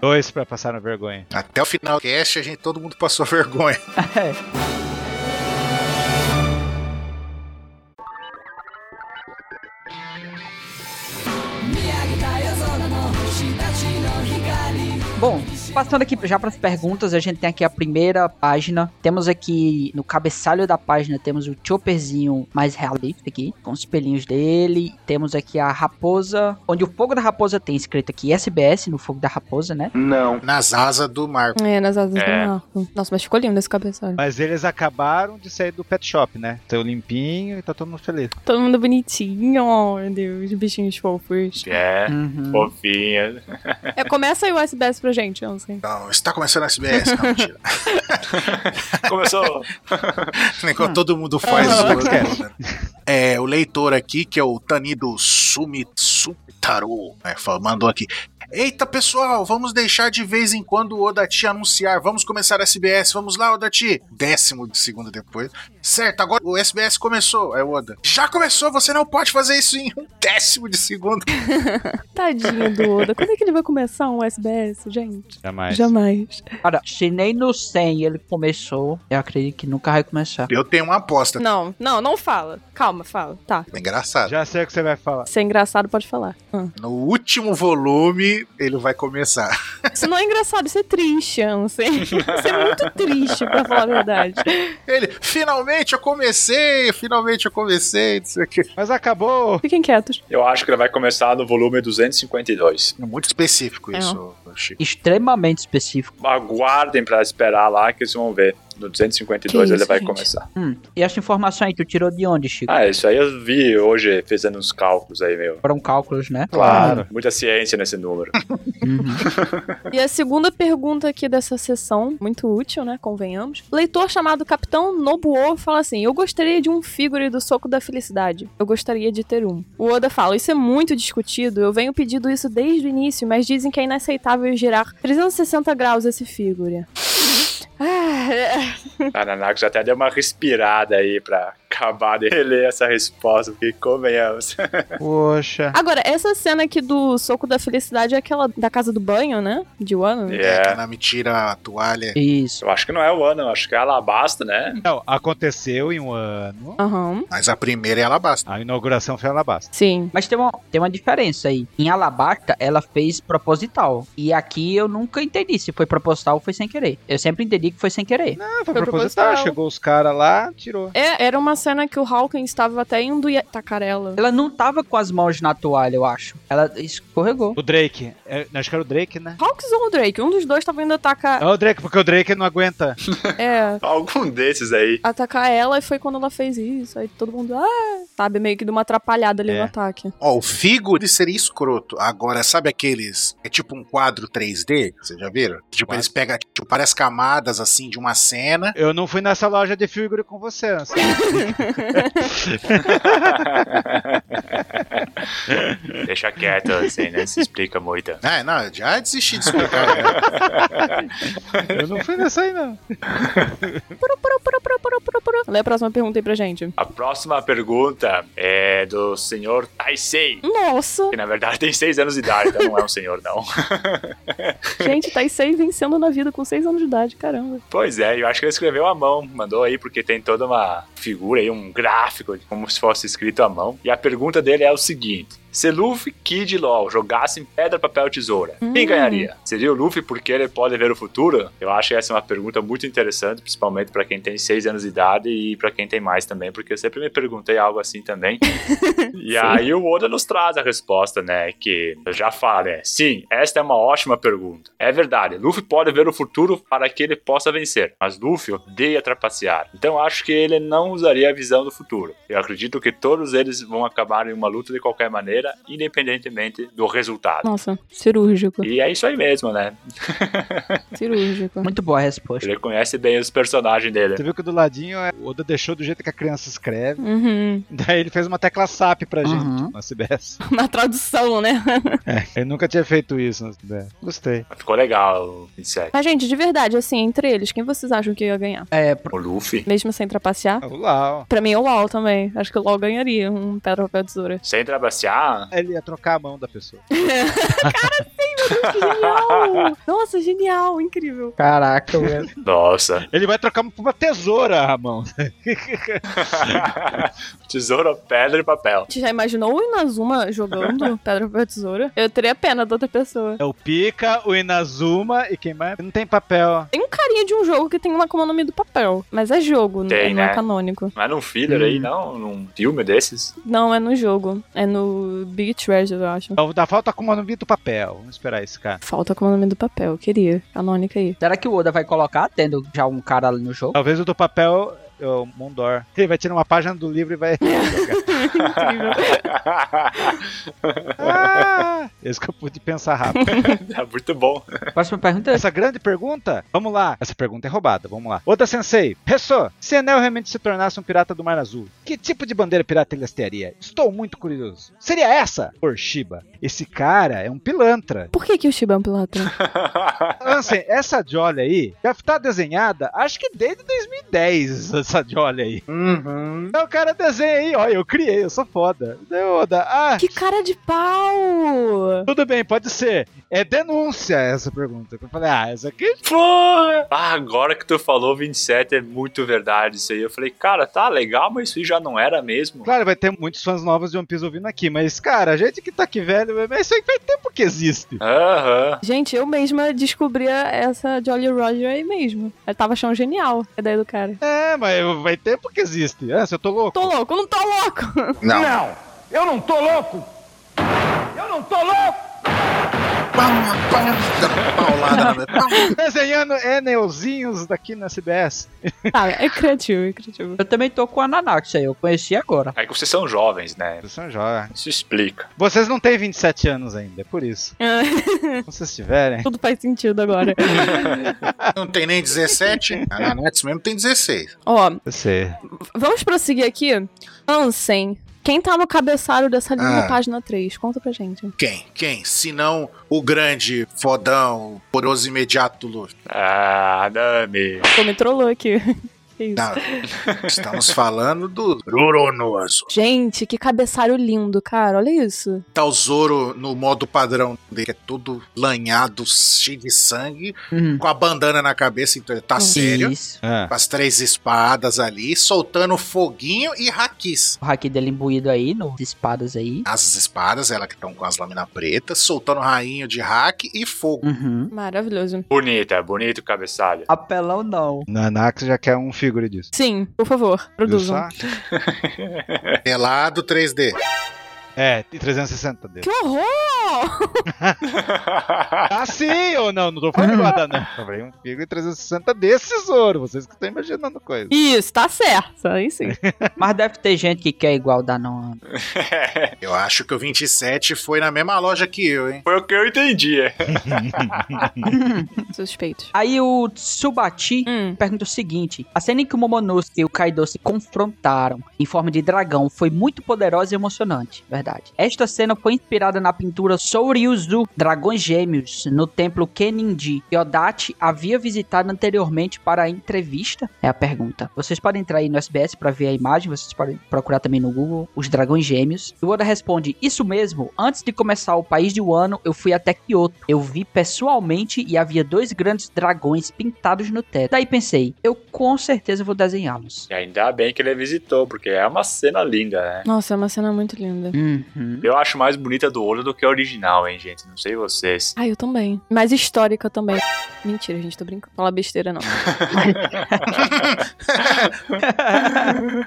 Dois pra passar na vergonha. Até o final do cast, a gente, todo mundo passou vergonha. Bom, passando aqui já para as perguntas, a gente tem aqui a primeira página. Temos aqui no cabeçalho da página temos o Chopperzinho mais realista aqui, com os pelinhos dele. Temos aqui a raposa, onde o fogo da raposa tem escrito aqui SBS no fogo da raposa, né? Nas asas do Marco. É, nas asas É. do Marco. Nossa, mas ficou lindo esse cabeçalho. Mas eles acabaram de sair do pet shop, né? Tão limpinho e tá todo mundo feliz. Todo mundo bonitinho, oh, meu Deus, bichinhos fofos. É, Uhum. fofinha. É, começa aí o SBS pra gente, eu não sei. Então, está começando a SBS. Não, mentira. Começou. Enquanto todo mundo faz Ah, zoando, podcast. né? É, o leitor aqui, que é o Tanido Sumi- Sumitaru, né, fa- mandou aqui. Eita, pessoal, vamos deixar de vez em quando o Odati anunciar. Vamos começar a SBS. Vamos lá, Odati. Décimo de segundo depois. Certo, agora o SBS começou. É o Oda. Já começou, você não pode fazer isso em um décimo de segundo. Tadinho do Oda. Quando é que ele vai começar um SBS, gente? Jamais. Jamais. Cara, se nem no 100 ele começou, eu acredito que nunca vai começar. Eu tenho uma aposta. Não, não, não fala. Calma, fala. Tá. Engraçado. Já sei o que você vai falar. Se é engraçado, pode falar. Ah. No último volume, ele vai começar. Isso não é engraçado, isso é triste, eu não sei. Isso é muito triste, pra falar a verdade. Ele, finalmente eu comecei, finalmente eu comecei, não sei o quê. Mas acabou! Fiquem quietos. Eu acho que ele vai começar no volume 252. É muito específico isso, Chico. Extremamente específico. Aguardem pra esperar lá que vocês vão ver. No 252 Que ele isso, vai gente? começar. Hum. E essa informação aí tu tirou de onde, Chico? Ah, isso aí eu vi hoje fazendo uns cálculos aí, meu. Foram cálculos, né? Claro. Muita ciência nesse número. Uhum. E a segunda pergunta aqui dessa sessão, muito útil, né? Convenhamos. Leitor chamado Capitão Nobuo fala assim: Eu gostaria de um figure do Soco da Felicidade. Eu gostaria de ter um. O Oda fala: Isso é muito discutido. Eu venho pedindo isso desde o início, mas dizem que é inaceitável girar 360 graus esse figure. Ah, é. A Nanako já até deu uma respirada aí pra acabar de ler essa resposta, porque convenhamos. Poxa. Agora, essa cena aqui do Soco da Felicidade é aquela da casa do banho, né? De Wano. É, que É. ela me tira a toalha. Isso. Eu acho que não é o ano, eu acho que é Alabasta, né? Não, aconteceu em um ano. Aham. Mas a primeira é Alabasta. A inauguração foi alabasta. Sim. Mas tem uma, tem uma diferença aí. Em Alabasta, ela fez proposital. E aqui eu nunca entendi se foi proposital ou foi sem querer. Eu sempre entendi que foi sem querer. Ah, foi, Foi proposital. proposital. Chegou os caras lá, tirou. É, era uma cena que o Hawkins estava até indo e atacar ela. Ela não tava com as mãos na toalha, eu acho. Ela escorregou. O Drake. É, acho que era o Drake, né? Hawks ou o Drake? Um dos dois tava indo atacar. É o Drake, porque o Drake não aguenta. é. Algum desses aí. Atacar ela e foi quando ela fez isso. Aí todo mundo, ah, sabe, meio que deu uma atrapalhada ali É. no ataque. Ó, o Figo ele seria escroto. Agora, sabe aqueles. É tipo um quadro 3D? Vocês já viram? Tipo, eles pegam tipo, várias camadas assim de uma cena. Eu não fui nessa loja de figure com você, Anson. Deixa quieto, assim, né? Se explica muito. Ah, não, eu já desisti de explicar. né? Eu não fui nessa aí, não. Puru, puru, puru, puru, puru, puru, puru. Lê a próxima pergunta aí pra gente. A próxima pergunta é do senhor Taisei. Nossa, Que na verdade tem seis anos de idade, então não é um senhor, não. gente, tá aí seis vencendo na vida com seis anos de idade, caramba. Pois é, eu acho que ele escreveu à mão, mandou aí porque tem toda uma figura aí, um gráfico, como se fosse escrito à mão. E a pergunta dele é o seguinte: Se Luffy, Kid e LOL jogassem pedra, papel, tesoura, quem Hum. ganharia? Seria o Luffy porque ele pode ver o futuro? Eu acho que essa é uma pergunta muito interessante, principalmente pra quem tem 6 anos de idade e pra quem tem mais também, porque eu sempre me perguntei algo assim também. e aí o Oda nos traz a resposta, né? Que eu já falo, né? Sim, esta é uma ótima pergunta. É verdade, Luffy pode ver o futuro para que ele possa vencer, mas Luffy odeia trapacear. Então acho que ele não usaria a visão do futuro. Eu acredito que todos eles vão acabar em uma luta de qualquer maneira, independentemente do resultado. Nossa, cirúrgico, E é isso aí mesmo, né? cirúrgico. Muito boa a resposta. Ele conhece bem os personagens dele. Você viu que do ladinho é, o Oda deixou do jeito que a criança escreve. Uhum. Daí ele fez uma tecla SAP pra gente Uhum. na CBS. Na tradução, né? Ele nunca tinha feito isso na CBS. Gostei. Ficou legal o 27. Mas, gente, de verdade, assim, entre eles, quem vocês acham que ia ganhar? É, pro- O Luffy. Mesmo sem trapacear? Ah, o Lau. Pra mim é o LOL também. Acho que o LOL ganharia um pedra, papel, tesoura. Sem trapacear? Ele ia trocar a mão da pessoa. Genial! Nossa, genial, incrível. caraca, velho. Nossa. Ele vai trocar por uma tesoura a mão. Tesoura, pedra e papel. Você já imaginou o Inazuma jogando pedra, papel, tesoura? Eu teria pena da outra pessoa. É o Pika, o Inazuma e quem mais? Não tem papel. Tem um carinha de um jogo que tem uma como nome do papel. Mas é jogo, Tem, não é né? canônico. Não é num filler aí, não? Num filme desses? Não, é no jogo. É no Big Treasure, eu acho. Então, dá falta como no do papel. Vamos esperar esse cara. Falta como nome do papel, eu queria. Canônica aí. Será que o Oda vai colocar, tendo já um cara ali no jogo? Talvez o do papel é o Mondor. Ele vai tirar uma página do livro e vai. jogar. Incrível. ah, esse que eu pude pensar rápido. é muito bom. Próxima pergunta é Essa grande pergunta? Vamos lá. Essa pergunta é roubada, vamos lá. Oda Sensei, Ressô, se Enel realmente se tornasse um pirata do Mar Azul, que tipo de bandeira pirata ele hastearia? Estou muito curioso. Seria essa? Orshiba. Esse cara é um pilantra. Por que, que o Shiba é um pilantra? Ansem, essa Jolly aí já tá desenhada, acho que desde 2010, essa Jolly aí. Uhum. Então o cara desenha aí, ó, eu criei, eu sou foda. Deu, Oda, ah, Que cara de pau! tudo bem, pode ser. É denúncia essa pergunta. Eu falei, ah, essa aqui Porra! Ah, agora que tu falou 27 é muito verdade isso aí. Eu falei, cara, tá legal, mas isso aí já não era mesmo. Claro, vai ter muitos fãs novos de One Piece ouvindo aqui, mas, cara, a gente que tá aqui velho, mas isso aí faz tempo que existe. Aham. Gente, eu mesma descobri a- essa Jolly Roger aí mesmo. Eu tava achando genial a ideia do cara. É, mas vai tempo que existe. Ah, se eu tô louco. Tô louco, eu não tô louco! Não. Eu não tô louco! Eu não tô louco! Palma, palma, dá uma paulada na minha palma. Desenhando Enelzinhos daqui na CBS. Tá, é criativo, é criativo. Eu também tô com a Nanax aí, eu conheci agora. É que vocês são jovens, né? Vocês são jovens. Isso explica. Vocês não têm 27 anos ainda, é por isso. É. Se vocês tiverem. Ah, Tudo faz sentido agora. Não tem nem Ah, 17? A Nanatsu é mesmo tem 16. Ó, Eu sei. vamos prosseguir aqui. Ansem, quem tá no cabeçalho dessa linda Ah. página 3? Conta pra gente. Quem? Quem? Se não o grande, fodão, poderoso imediato do Luffy. Ah, Nami. Tô me trollou aqui. Que isso? Não, estamos falando do Zoro no azul. Gente, que cabeçalho lindo, cara. Olha isso. Tá o Zoro no modo padrão dele, que é todo lanhado, cheio de sangue, Uhum. com a bandana na cabeça, então ele tá sério. Isso. Ah. Com as três espadas ali, soltando foguinho e haquis. O hack dele imbuído aí, nos espadas aí. As espadas, ela que estão com as lâminas pretas, soltando rainho de hack e fogo. Uhum. Maravilhoso. Bonita, bonito o cabeçalho. Apelão não. Nanax já quer um figure disso. Sim, por favor, Viu um. produzam. só? Pelado 3D. É, tem 360 dele. Que horror! Ah, sim ou não? Não tô falando nada, não. Comprei um figure 360 desse Zoro. Vocês que estão imaginando coisa. Isso, tá certo. Aí sim. Mas deve ter gente que quer igual da Nana. Eu acho que o 27 foi na mesma loja que eu, hein? Foi o que eu entendi. é. Suspeitos. Aí o Tsubati Hum. pergunta o seguinte: A cena em que o Momonosuke e o Kaido se confrontaram em forma de dragão foi muito poderosa e emocionante, verdade. Esta cena foi inspirada na pintura Soryuzu, Dragões Gêmeos, no templo Keninji, que Odachi havia visitado anteriormente para a entrevista? É a pergunta. Vocês podem entrar aí no SBS para ver a imagem, vocês podem procurar também no Google os Dragões Gêmeos. E o Oda responde: Isso mesmo, antes de começar o país de Wano, eu fui até Kyoto. Eu vi pessoalmente e havia dois dois grandes dragões pintados no teto. Daí pensei, eu com certeza vou desenhá-los. E ainda bem que ele visitou, porque é uma cena linda, né? Nossa, é uma cena muito linda. Uhum. Eu acho mais bonita do olho do que a original, hein, gente? Não sei vocês. Ah, eu também. Mas histórica também. Mentira, gente, tô brincando. Fala besteira, não.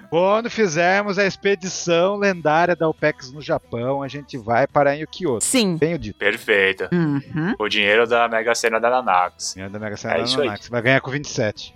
Quando fizermos a expedição lendária da OPEX no Japão, a gente vai para em Kyoto. Sim. Tenho dito. Perfeita. Uhum. O dinheiro da Mega Sena da Nanax. Ganhando a Mega É Sena da isso Nanax. Vai ganhar com 27.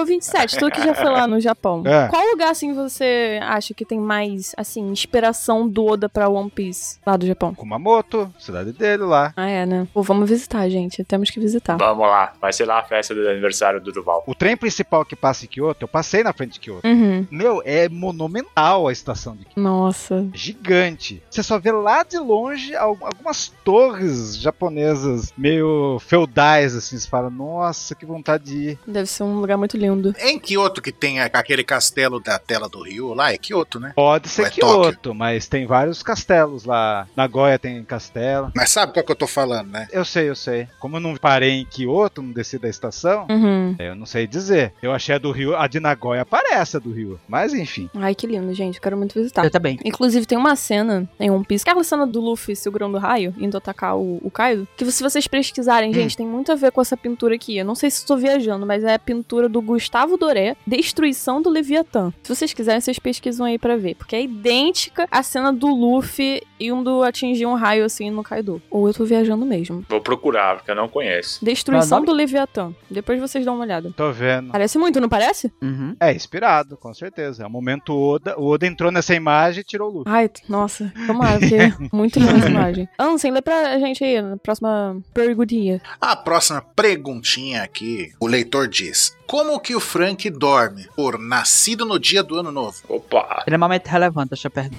Ô, 27, tu que já foi lá no Japão. É. Qual lugar, assim, você acha que tem mais, assim, inspiração do Oda pra One Piece lá do Japão? Kumamoto, cidade dele lá. Ah, é, né? Pô, vamos visitar, gente. Temos que visitar. Vamos lá, vai ser lá a festa do aniversário do Duval. O trem principal que passa em Kyoto, eu passei na frente de Kyoto. Uhum. Meu, é monumental a estação de Kyoto. É Nossa. Gigante. Você só vê lá de longe al- algumas torres japonesas meio feudais, assim. Você fala, nossa, que vontade de ir. Deve ser um lugar muito lindo. É em Kyoto que tem a- aquele castelo da tela do Rio lá? É Kyoto, né? Pode ser Ou é Kyoto, Tóquio? mas tem vários castelos lá. Nagoya tem castelo. Mas sabe qual que eu tô falando, né? Eu sei, eu sei. Como eu não parei em Kyoto, não desci da estação, Uhum. eu não sei dizer. Eu achei a do Rio, a de Nagoya parece a do Rio. Mas enfim. Ai, que lindo, gente. Eu Quero muito visitar. Eu também. Inclusive, tem uma cena em One Piece, que é aquela cena do Luffy segurando o raio, indo atacar o, o Kaido, que se vocês pesquisarem, gente, tem muito a ver com essa pintura aqui. Eu não sei se estou viajando, mas é a pintura do Gustavo Doré, Destruição do Leviatã. Se vocês quiserem, vocês pesquisam aí pra ver, porque é idêntica à cena do Luffy indo atingir um raio, assim, no Kaido. Ou eu tô viajando mesmo. Vou procurar, porque eu não conheço. Destruição Mas do Leviatã. Depois vocês dão uma olhada. Tô vendo. Parece muito, não parece? Uhum. É inspirado, com certeza. É o momento Oda. O Oda entrou nessa imagem e tirou o Luffy. Ai, t- nossa, tomara, porque é muito linda essa imagem. Ansem, lê pra gente aí, na próxima perguntinha. A próxima perguntinha aqui, o leitor diz: Como que o Frank dorme? Por nascido no dia do ano novo. Opa! Extremamente relevante essa pergunta.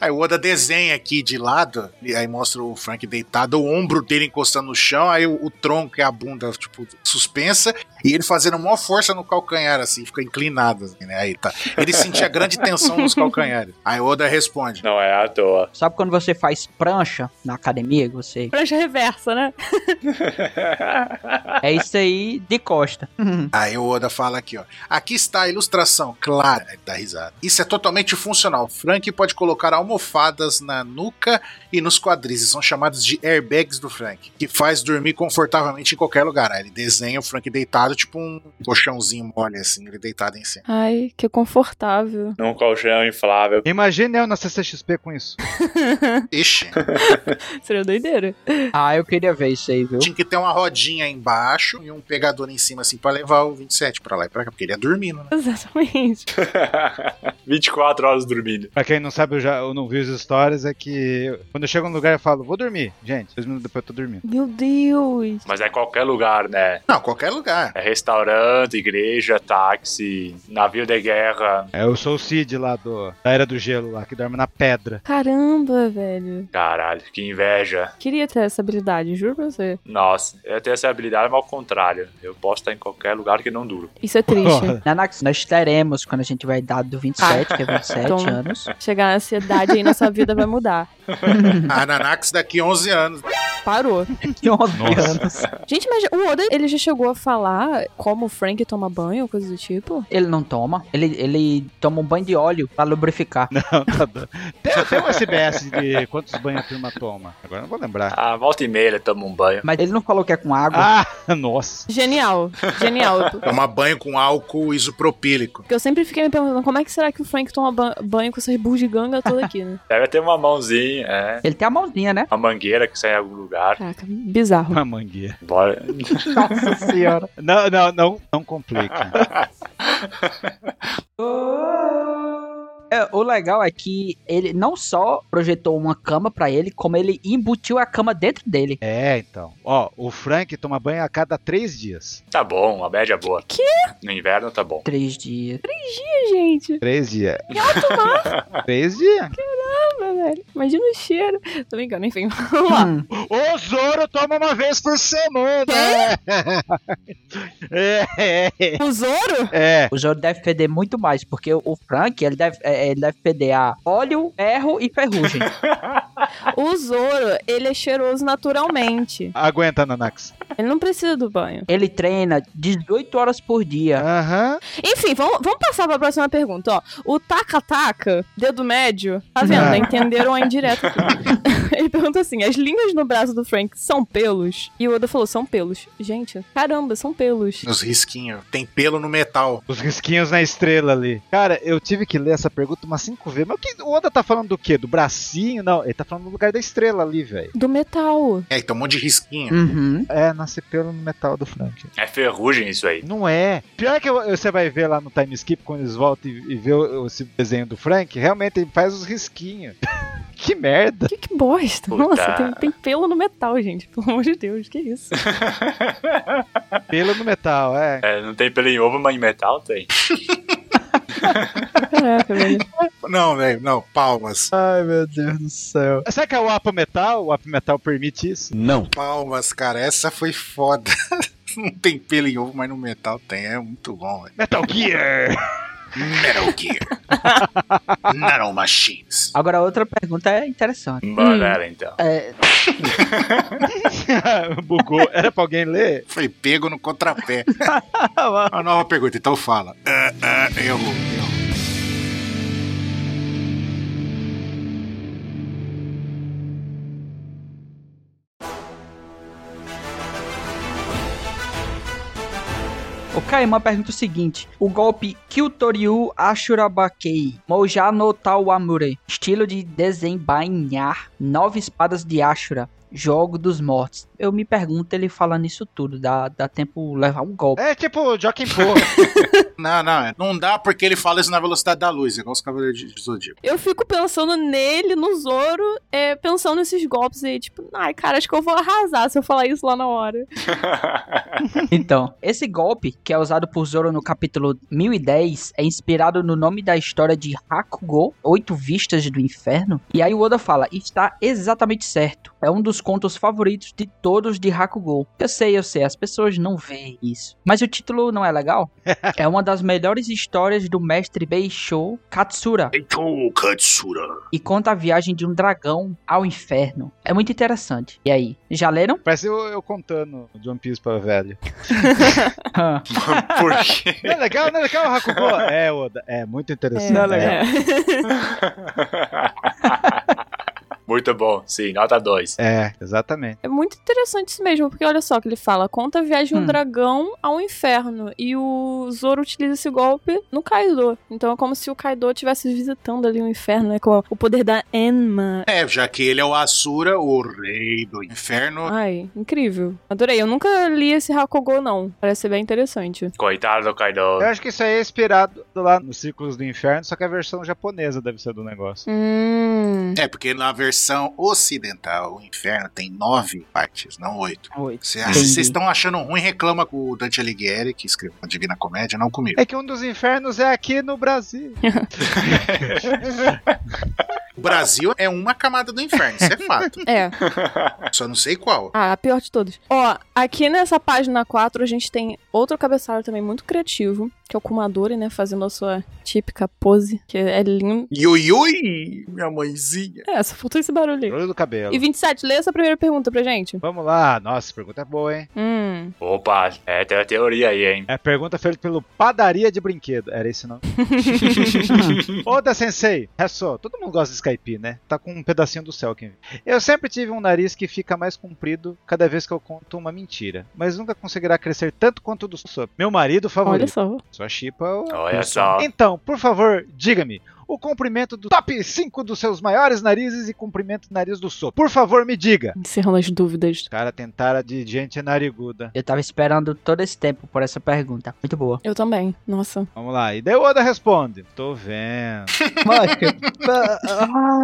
Aí o Oda desenha aqui de lado, e aí mostra o Frank deitado, o ombro dele encostando no chão, aí o, o tronco e a bunda, tipo, suspensa, e ele fazendo maior força no calcanhar, assim, fica inclinado, assim, né? Aí tá. Ele sentia grande tensão nos calcanhares. Aí o Oda responde: Não é à toa. Sabe quando você faz prancha na academia, que você... Prancha reversa, né? É isso aí de costa. Aí o Oda fala aqui, ó. Aqui está a ilustração clara Ele dá risada. Isso é totalmente funcional. Frank pode colocar almofadas na nuca e nos quadris. E São chamados de airbags do Frank, que faz dormir confortavelmente em qualquer lugar. Aí ele desenha o Frank deitado, tipo um colchãozinho mole, assim, ele deitado em cima. Ai, que confortável. Num colchão inflável. Imagina eu na CCXP com isso. Ixi, Seria doideira. Ah, eu queria ver isso aí, viu? tinha que ter uma rodinha embaixo e um pegador em cima, assim, pra levar o 27 pra lá e pra cá, porque ele ia dormindo, né? Exatamente. 24 horas dormindo. Pra quem não sabe, eu, já, eu não vi os stories, é que eu- quando eu chego num lugar eu falo, vou dormir. Gente, dois minutos depois eu tô dormindo. Meu Deus. Mas é qualquer lugar, né? Não, qualquer lugar. É restaurante, igreja, táxi, navio de guerra. É, eu sou o Cid lá do, da Era do Gelo, lá, que dorme na pedra. Caramba, velho. Caralho, que inveja. Queria ter essa habilidade, juro pra você. Nossa, eu tenho essa habilidade, mas ao contrário. Eu posso estar em qualquer lugar que não duro. Isso é triste. Nanax, nós teremos, quando a gente vai dar do 27, que é 27 Toma. anos. Chegar nessa idade aí, nossa vida vai mudar. A Ananax daqui 11 anos. Parou. 11 anos. Gente, mas o Oda, ele já chegou a falar como o Frank toma banho, coisa do tipo? Ele não toma. Ele, ele toma um banho de óleo pra lubrificar. Não, tá doido. Tem, tem um SBS de quantos banhos a turma toma. Agora eu não vou lembrar. Ah, volta e meia ele toma um banho. Mas ele não falou que é com água. Ah, nossa. Genial. Genial. Tomar banho com álcool isopropílico. Porque eu sempre fiquei me perguntando como é que será que o Frank toma ba- banho com essas bugigangas toda aqui, né? Deve ter uma mãozinha, é. Ele tem a mãozinha, né? Uma mangueira que sai em algum lugar. Caraca, bizarro. Uma mangueira. Bora. Nossa senhora. Não, não, não, não complica. É, o legal é que ele não só projetou uma cama pra ele, como ele embutiu a cama dentro dele. É, então. Ó, o Frank toma banho a cada três dias. Tá bom, uma média boa. Que? No inverno tá bom. Três dias. Gente, Três dias. Três dias. ah, velho. Imagina o cheiro. Tô brincando, enfim, vamos lá. Hum. O Zoro toma uma vez por semana! É, é, O Zoro? é. O Zoro deve feder muito mais, porque o Frank, ele deve, é, ele deve feder a óleo, ferro e ferrugem. O Zoro, ele é cheiroso naturalmente. Aguenta, Nanax. Ele não precisa do banho. ele treina 18 horas por É. dia. Aham. Enfim, vamos, vamos passar pra próxima pergunta, ó. O Taka-Taka, dedo médio, tá vendo? né? Entenderam a indireta aqui. Ele pergunta assim, as linhas no braço do Frank são pelos? E o Oda falou, são pelos. Gente, caramba, são pelos. Os risquinhos. Tem pelo no metal. Os risquinhos na estrela ali. Cara, eu tive que ler essa pergunta umas 5 vezes. Mas o, que, o Oda tá falando do quê? Do bracinho? Não, ele tá falando do lugar da estrela ali, velho. Do metal. É, tem um monte de risquinho. Uhum. É, nasce pelo no metal do Frank. É ferrugem isso aí. Não é. Pior que eu- você vai ver lá no time skip quando eles voltam e, e vê o, esse desenho do Frank, realmente ele faz os risquinhos. que merda. Que, que bosta. Puta. Nossa, tem, tem pelo no metal, gente. Pelo amor de Deus, que isso. Pelo no metal, é. É, não tem pelo em ovo, mas em metal tem. Caraca, velho. Não, velho, não. Palmas. Ai, meu Deus do céu. Será que é o Apo Metal? O Apo Metal permite isso? Não. Palmas, cara. Essa foi foda. Não tem pelo em ovo, mas no metal tem. É muito bom, velho. Metal Gear! Metal Gear. Nano Machines. Agora, outra pergunta é interessante. Hum. Banana, então. É, Bugou. Era pra alguém ler? Foi pego no contrapé. Uma nova pergunta, então fala. Ah, ah, eu vou. eu. o Kaiman pergunta o seguinte: o golpe Kyutoryu Ashurabakei Mouja no Tawamure, estilo de desembainhar nove espadas de Ashura. Jogo dos Mortos. Eu me pergunto ele falando isso tudo, dá, dá tempo levar um golpe. É tipo Joaquim Pô. Não, não, é. não dá porque ele fala isso na velocidade da luz, igual os Cavaleiros de de Zodíaco. Eu fico pensando nele, no Zoro, é, pensando nesses golpes aí, tipo, ai, cara, acho que eu vou arrasar se eu falar isso lá na hora. Então, esse golpe, que é usado por Zoro no capítulo 1010, é inspirado no nome da história de Hakugo, Oito Vistas do Inferno. E aí o Oda fala, está exatamente certo. É um dos contos favoritos de todos de Hakugo. Eu sei, eu sei, as pessoas não veem isso. Mas o título não é legal? é uma das melhores histórias do mestre Beisho Katsura Então, Katsura. e conta a viagem de um dragão ao inferno. É muito interessante. E aí, já leram? Parece eu, eu contando de One Piece pra velho. Por quê? Não é legal, não é legal, Hakugo? É, Oda. É muito interessante. Não é legal. Muito bom, sim, nota 2. É, exatamente. É muito interessante isso mesmo, porque olha só o que ele fala: conta a viagem de um Hum. dragão ao inferno. E o Zoro utiliza esse golpe no Kaido. Então é como se o Kaido estivesse visitando ali o inferno, né? Com o poder da Enma. É, já que ele é o Asura, o rei do inferno. Ai, incrível. Adorei. Eu nunca li esse Hakugo, não. Parece ser bem interessante. Coitado do Kaido. Eu acho que isso aí é inspirado lá nos Círculos do Inferno, só que a versão japonesa deve ser do negócio. Hum. É, porque na versão ocidental, o inferno tem nove partes, não oito. Oito. Se acha- Entendi. vocês estão achando ruim, reclama com o Dante Alighieri, que escreveu a Divina Comédia, não comigo. É que um dos infernos é aqui no Brasil. O Brasil é uma camada do inferno, isso é fato. É. Só não sei qual. Ah, a pior de todos. Ó, aqui nessa página 4 a gente tem outro cabeçalho também muito criativo, que é o Kumadori, né? Fazendo a sua típica pose, que é lindo. Yui, yui, minha mãezinha. É, só faltou esse barulho aí. Olho do cabelo. E 27, lê essa primeira pergunta pra gente. Vamos lá. Nossa, essa pergunta é boa, hein? Hum. Opa, é, tem uma teoria aí, hein? É a pergunta feita pelo Padaria de Brinquedo. Era esse o nome? Oda Sensei, é só, todo mundo gosta de Skype, né? Tá com um pedacinho do céu quem vê. Eu sempre tive um nariz que fica mais comprido cada vez que eu conto uma mentira, mas nunca conseguirá crescer tanto quanto o do Sop. Meu marido Olha favorito. só. Sua chipa. o- Olha só. Então, por favor, diga-me. O comprimento do top 5 dos seus maiores narizes e comprimento do nariz do Sop. Por favor, me diga. Encerrando as dúvidas. Os caras tentaram de gente nariguda. Eu tava esperando todo esse tempo por essa pergunta. Muito boa. Eu também. Nossa. Vamos lá. E daí o Oda responde. Tô vendo.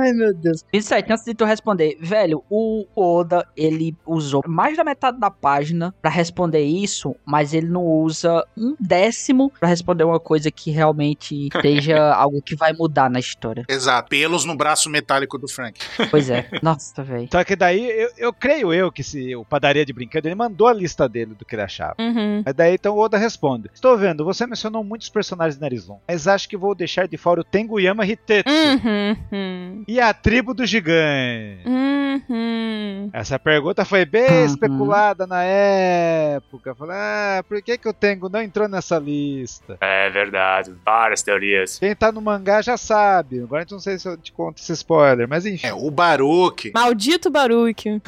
Ai, meu Deus. 27, antes de tu responder, velho, o Oda, ele usou mais da metade da página pra responder isso, mas ele não usa um décimo pra responder uma coisa que realmente seja algo que vai dá na história. Exato. Pelos no braço metálico do Frank. Pois é. Nossa, velho. Só que daí, eu, eu creio eu que se o padaria de brincando, ele mandou a lista dele do que ele achava. Uhum. Mas daí então o Oda responde: Estou vendo, você mencionou muitos personagens de nariz longo, mas acho que vou deixar de fora o Tenguyama Hitetsu Hum. Uhum. e a tribo do gigante. Uhum. Essa pergunta foi bem Uhum. especulada na época. Falei, ah, por que, que o Tengu não entrou nessa lista? É verdade. Várias teorias. Quem tá no mangá já sabe. Agora eu não sei se eu te conto esse spoiler, mas enfim. É, o Baruque, Maldito Baruque.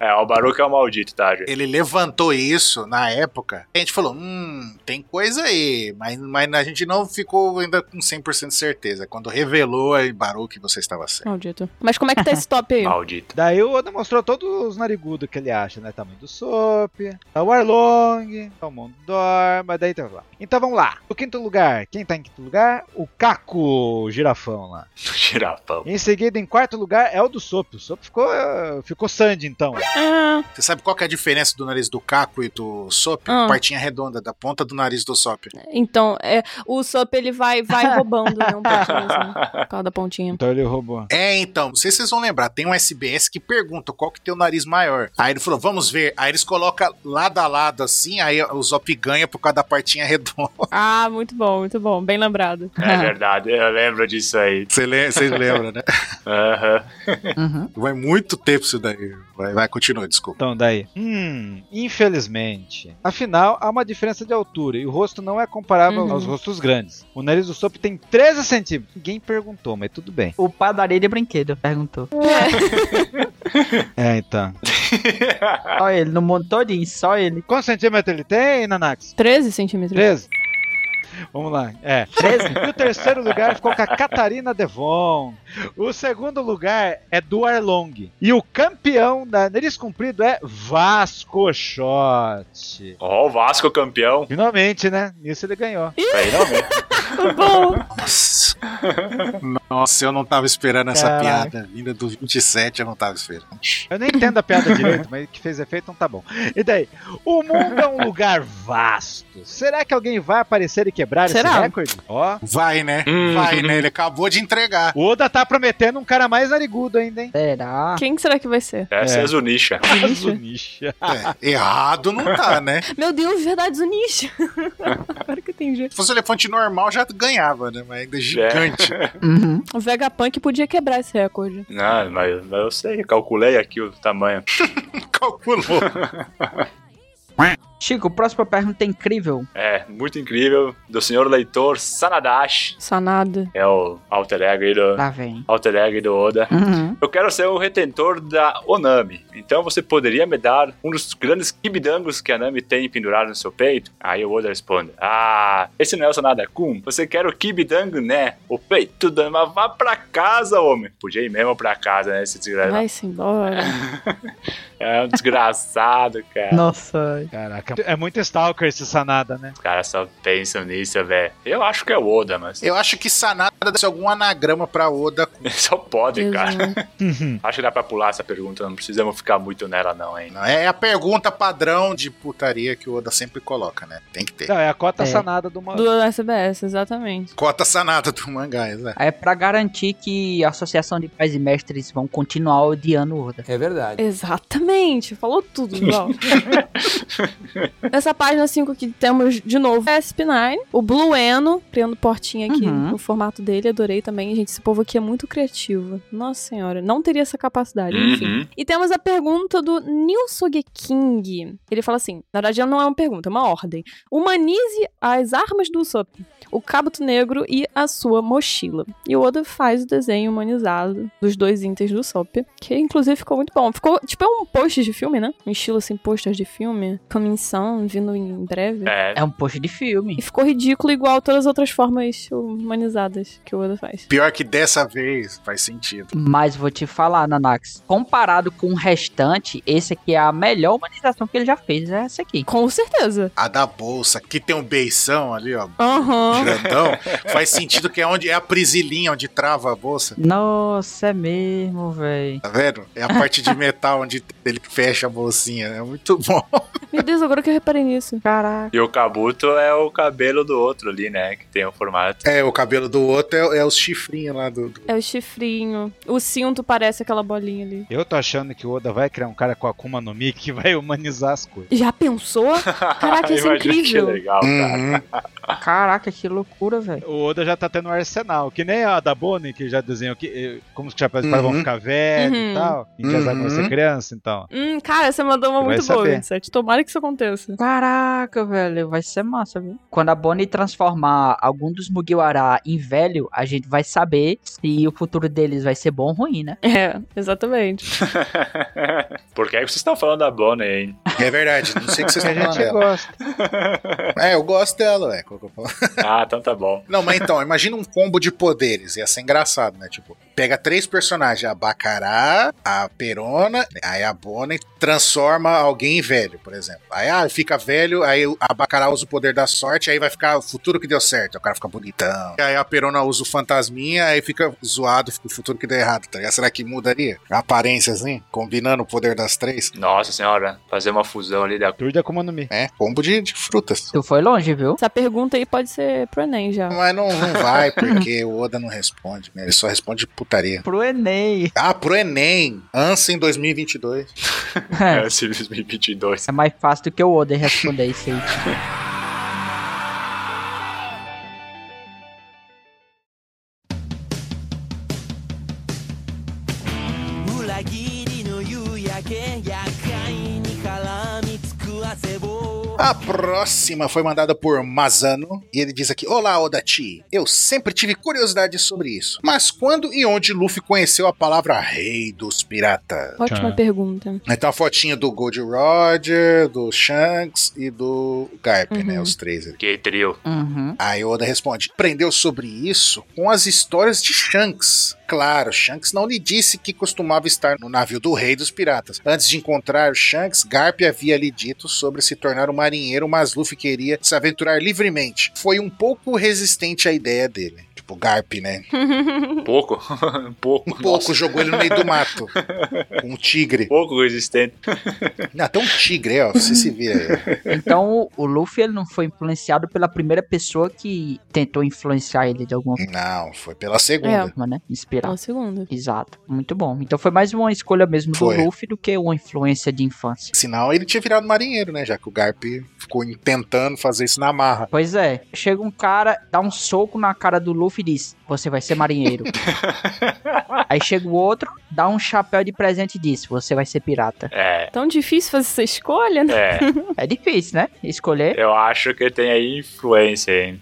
É, o Baruch é o maldito, tá, gente? ele levantou isso na época. A gente falou, hum, tem coisa aí, mas, mas a gente não ficou ainda com 100% de certeza. Quando revelou aí, Baruque, você estava certo. Maldito. Mas como é que tá esse top aí? Maldito. Daí o Oda mostrou todos os narigudos que ele acha, né? Tamanho do Sop, tá o Arlong, tá o Mondor, mas daí tá lá. Então vamos lá. O quinto lugar, quem tá em quinto lugar? O Caco, o girafão lá. Girafão. Em seguida, em quarto lugar, é o do Sop. O Sop ficou, eh, ficou Sandy, então. Ah, Você sabe qual que é a diferença do nariz do Caco e do Sop? Ah. Partinha redonda da ponta do nariz do Sop. então, é, o Sop ele vai, vai roubando né, um pouquinho assim, por causa da pontinha. Então ele roubou. É, então, não sei se vocês vão lembrar, tem um SBS que pergunta qual que tem o nariz maior. Aí ele falou, vamos ver. Aí eles colocam lado a lado assim, aí o Zop ganha por causa da partinha redonda. Ah, muito bom, muito bom. Bem lembrado. É verdade, eu lembro disso aí. Você le- Vocês lembram, né? Aham. Uhum. Vai muito tempo isso daí. Vai, vai continua, desculpa. Então, daí. Hum, infelizmente. Afinal, há uma diferença de altura e o rosto não é comparável Uhum. aos rostos grandes. O nariz do Sop tem 13 centímetros. Ninguém perguntou, mas tudo bem. O padaria de brinquedo perguntou. É, então. Só ele, no mundo todinho, só ele. Quantos centímetros ele tem, Nanax? 13 centímetros. 13? Vamos lá, é. 13. E o terceiro lugar ficou com a Catarina Devon. O segundo lugar é do Arlong. E o campeão da nariz comprido é Vasco Shot. Ó, o Vasco campeão. Finalmente, né? Nisso ele ganhou. Finalmente. Muito bom. Nossa. Nossa, eu não tava esperando essa Caraca. piada. Vinda do 27, eu não tava esperando. Eu nem entendo a piada direito, mas que fez efeito, então tá bom. E daí? O mundo é um lugar vasto. Será que alguém vai aparecer e quebrar esse Será? recorde? Ó. Vai, né? Hum. Vai, né? Ele acabou de entregar. O Oda tá prometendo um cara mais narigudo ainda, É hein? Será? Quem que será que vai ser? Essa É. é, a Zunisha. Zunisha. É, errado não tá, né? Meu Deus, verdade, Zunisha. Agora que eu entendi. Se fosse um elefante normal, já ganhava, né? Mas ainda é gigante. Uhum. O Vegapunk podia quebrar esse recorde. Não, mas, mas eu sei, eu calculei aqui o tamanho. Calculou. Chico, próxima pergunta é incrível. É, muito incrível. Do senhor leitor Sanadashi. Sanada. É o alter ego aí do, Lá vem. alter ego do Oda. Uhum. Eu quero ser o retentor da Onami. Então você poderia me dar um dos grandes kibidangos que a Nami tem pendurado no seu peito? Aí o Oda responde: Ah, esse não é o Sanada-kun. Você quer o kibidango, né? O peito da mas vá pra casa, homem. Podia ir mesmo pra casa, né? Esse desgraçado. Vai-se embora. É um desgraçado, cara. Nossa. Caraca, é muito Stalker esse Sanada, né? Os caras só pensam nisso, velho. Eu acho que é o Oda, mas. Eu acho que Sanada deve ser algum anagrama pra Oda. Só pode, Jesus. cara. Uhum. Acho que dá pra pular essa pergunta, não precisamos ficar muito nela, não, hein? É a pergunta padrão de putaria que o Oda sempre coloca, né? Tem que ter. Não, é a cota É. Sanada do mano. Do SBS, exatamente. Cota Sanada do mangá, né? É pra garantir que a Associação de Pais e Mestres vão continuar odiando o Oda. Exatamente, falou tudo igual. Nessa página 5 aqui temos de novo SP9, o Blue Eno, criando portinha aqui Uhum. no formato dele, adorei também. Gente, esse povo aqui é muito criativo. Nossa senhora, não teria essa capacidade, enfim. Uhum. E temos a pergunta do Nilsuge King. Ele fala assim: na verdade, não é uma pergunta, é uma ordem. Humanize as armas do Usopp, o cabuto negro e a sua mochila. E o Oda faz o desenho humanizado dos dois itens do Usopp, que inclusive ficou muito bom. Ficou tipo é um post de filme, né? Um estilo assim, posters de filme. Coming soon, vindo em breve. É, É um post de filme. E ficou ridículo igual todas as outras formas humanizadas que o Oda faz. Pior que dessa vez faz sentido. Mas vou te falar, Nanax. Comparado com o restante, esse aqui é a melhor humanização que ele já fez. É essa aqui. Com certeza. A da bolsa, que tem um beição ali, ó, Aham. grandão, faz sentido que é onde é a prisilinha onde trava a bolsa. Nossa, é mesmo, véi. Tá vendo? É a parte de metal onde ele fecha a bolsinha. É muito bom. Meu Deus, agora Agora que eu reparei nisso. Caraca. E o cabuto é o cabelo do outro ali, né? Que tem o formato. É, o cabelo do outro é, é os chifrinhos lá do. do- É o chifrinho. O cinto parece aquela bolinha ali. Eu tô achando que o Oda vai criar um cara com Akuma no Mi que vai humanizar as coisas. Já pensou? Caraca, isso é Imagina incrível. Que legal, cara. Uhum. Caraca, que loucura, velho. O Oda já tá tendo um arsenal, que nem a da Bonnie, que já desenhou que, eh, como os chapéus de palha vão Uhum. ficar velhos Uhum. e tal. E já sabe Uhum. quando você é criança, então. Hum, cara, você mandou uma Vai muito boa, saber. Vincent. Tomara que isso aconteça. Caraca, velho, vai ser massa, viu? Quando a Bonnie transformar algum dos Mugiwara em velho, a gente vai saber se o futuro deles vai ser bom ou ruim, né? É, exatamente. Por que, é que vocês estão falando da Bonnie, hein? É verdade, não sei o que vocês A estão falando gente dela. gosta. É, eu gosto dela, é. qual que eu falo? Ah, então tá bom. Não, mas então, imagina um combo de poderes. Ia ser engraçado, né? Tipo, pega três personagens, a Bacará, a Perona, aí a Bonnie, transforma alguém em velho, por exemplo. Aí ah, fica velho, aí a Bacará usa o poder da sorte, aí vai ficar o futuro que deu certo, aí o cara fica bonitão. Aí a Perona usa o fantasminha, aí fica zoado, fica o futuro que deu errado, tá ligado? Será que mudaria? Aparência, assim, combinando o poder das três. Nossa senhora, fazer uma fusão ali da. Tour de Akuma no Mi. É, combo de, de frutas. Tu foi longe, viu? Essa pergunta aí pode ser pro Enem já. Mas não, não vai, porque o Oda não responde, né? Ele só responde putaria. Pro Enem. Ah, pro Enem. Ansa em 2022. É. É, 2022. É mais fácil do que o Oden responder isso aí. A próxima foi mandada por Mazano. E ele diz aqui: Olá, Odachi. Eu sempre tive curiosidade sobre isso. Mas quando e onde Luffy conheceu a palavra Rei dos Piratas? Ótima Ah. Tchau. pergunta. Aí tá a fotinha do Gold Roger, do Shanks e do Garp, Uhum. né? Os três ali. Que trio. Uhum. Aí Oda responde: aprendeu sobre isso com as histórias de Shanks. Claro, Shanks não lhe disse que costumava estar no navio do rei dos piratas. Antes de encontrar Shanks, Garp havia lhe dito sobre se tornar um marinheiro, mas Luffy queria se aventurar livremente. Foi um pouco resistente à ideia dele. Tipo, Garp, né? Pouco. Pouco. Um pouco jogou ele no meio do mato. Um tigre. Pouco resistente. Não, até um tigre, ó. Você se vira aí. Então o- o Luffy ele não foi influenciado pela primeira pessoa que tentou influenciar ele de alguma Não, foi pela segunda. forma, né? Inspirar. Tá, Uma segunda. Exato. Muito bom. Então foi mais uma escolha mesmo Foi. do Luffy do que uma influência de infância. Sinal, ele tinha virado marinheiro, né? Já que o Garp ficou tentando fazer isso na marra. Pois é, chega um cara, dá um soco na cara do Luffy e diz: Você vai ser marinheiro. Aí chega o outro, dá um chapéu de presente e diz: Você vai ser pirata. É. Tão difícil fazer essa escolha, né? É. É difícil, né? Escolher. Eu acho que tem aí influência, hein?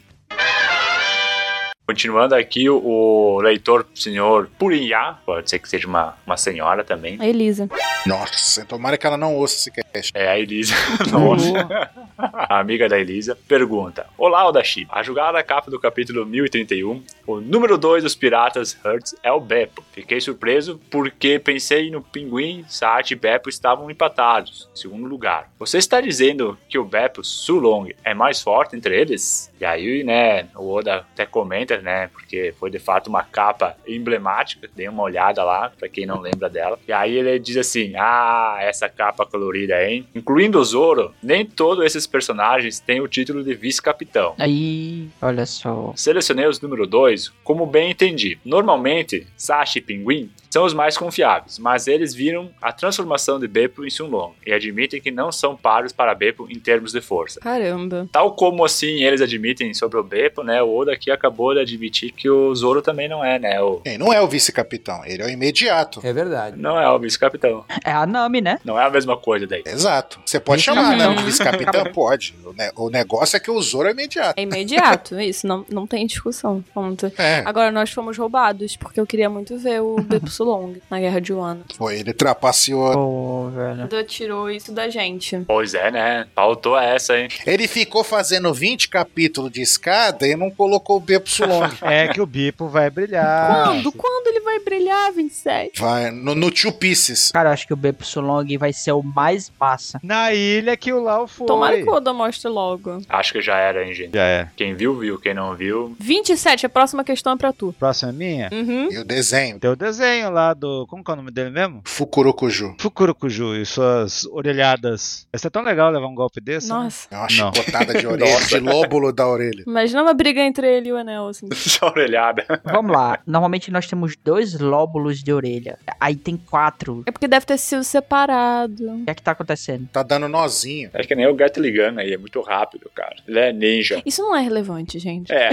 Continuando aqui, o leitor, senhor Purinhá, pode ser que seja uma, uma senhora também. A Elisa. Nossa, então tomara que ela não ouça esse cast. É a Elisa, nossa, a amiga da Elisa, pergunta: Olá, Odashi. A julgar a capa do capítulo 1031, o número 2 dos piratas Hertz é o Beppo. Fiquei surpreso porque pensei no Pinguim, Saat e Beppo estavam empatados, em segundo lugar. Você está dizendo que o Beppo Sulong é mais forte entre eles? E aí, né, o Oda até comenta, né, porque foi de fato uma capa emblemática, dei uma olhada lá, pra quem não lembra dela. E aí ele diz assim: Ah, essa capa colorida, hein? Incluindo o Zoro, nem todos esses personagens têm o título de vice-capitão. Aí, olha só. Selecionei os número 2 como bem entendi. Normalmente, Sashi e Pinguim são os mais confiáveis, mas eles viram a transformação de Beppo em Sunlong e admitem que não são paros para Beppo em termos de força. Caramba. Tal como assim eles admitem sobre o Beppo, né? O Oda aqui acabou de admitir que o Zoro também não é, né? O... Ele não é o vice-capitão, ele é o imediato. É verdade. Não é o vice-capitão. É a Nami, né? Não é a mesma coisa daí. Exato. Você pode chamar, né? Vice-capitão. De vice-capitão pode. O, ne- o negócio é que o Zoro é imediato. É imediato, isso. Não, não tem discussão. Ponto. É, Agora, nós fomos roubados, porque eu queria muito ver o Bepsu Long na Guerra de um Wano. É, foi, ele trapaceou. Pô, velho. Oda tirou isso da gente. Pois é, né? Faltou essa, hein? Ele ficou fazendo 20 capítulos de escada e não colocou o Bepsulong. É que o Bipo vai brilhar. Quando? Quando ele vai vai brilhar, 27. Vai, no, no Two Pieces. Cara, eu acho que o Bepsulong vai ser o mais massa. Na ilha que o Lau foi. Tomara que o Oda mostre logo. Acho que já era, hein, gente. Já é. Quem viu, viu. Quem não viu, 27, a próxima questão é pra tu. Próxima é minha. Uhum. E o desenho. Tem o desenho lá do. Como que é o nome dele mesmo? Fukurokuju. Fukurokuju e suas orelhadas. Vai ser tão legal levar um golpe desse. né? Nossa. É uma Não. chicotada de orelha, de lóbulo da orelha. Imagina uma briga entre ele e o Anel, assim. essa orelhada. Vamos lá. Normalmente nós temos dois lóbulos de orelha. Aí tem quatro. É porque deve ter sido separado. O que é que tá acontecendo? Tá dando nozinho. Acho que nem o gato ligando aí, é muito rápido, cara. Ele é ninja. Isso não é relevante, gente. É.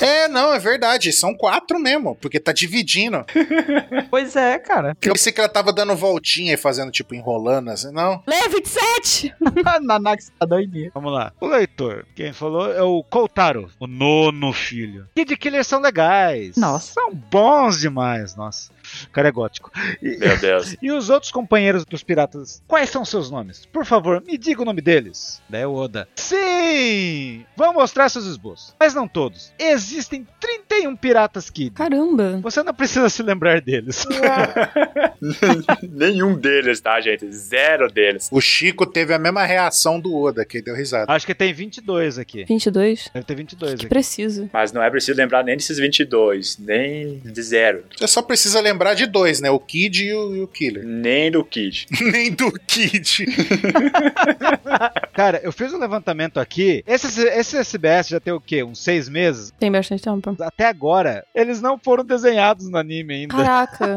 É, não, é verdade. São quatro mesmo, porque tá dividindo. Pois é, cara. Eu pensei que ela tava dando voltinha e fazendo, tipo, enrolando, assim. Não. Lê, 27! Nanax tá doidinha. Vamos lá. O leitor, quem falou é o Coutaro, o nono filho. Kid Killers são legais. Nossa. São bons demais, nossa. O cara é gótico. E, Meu Deus. e os outros companheiros dos piratas, quais são seus nomes? Por favor, me diga o nome deles. Daí é o Oda. Sim! Vão mostrar seus esboços. Mas não todos. Existem 31 piratas Kid. Caramba. Você não precisa se lembrar deles. Nenhum deles, tá, gente? Zero deles. O Chico teve a mesma reação do Oda, que ele deu risada. Acho que tem 22 aqui. 22? Deve ter 22 Que aqui. preciso. Mas não é preciso lembrar nem desses 22, nem de zero, Você só precisa lembrar de dois, né? O Kid e o, e o Killer. nem do Kid. Nem do Kid. Cara, eu fiz um levantamento aqui. Esse, esse SBS já tem o quê? Uns seis meses? Tem bastante tempo. Até agora, eles não foram desenhados no anime ainda. Caraca.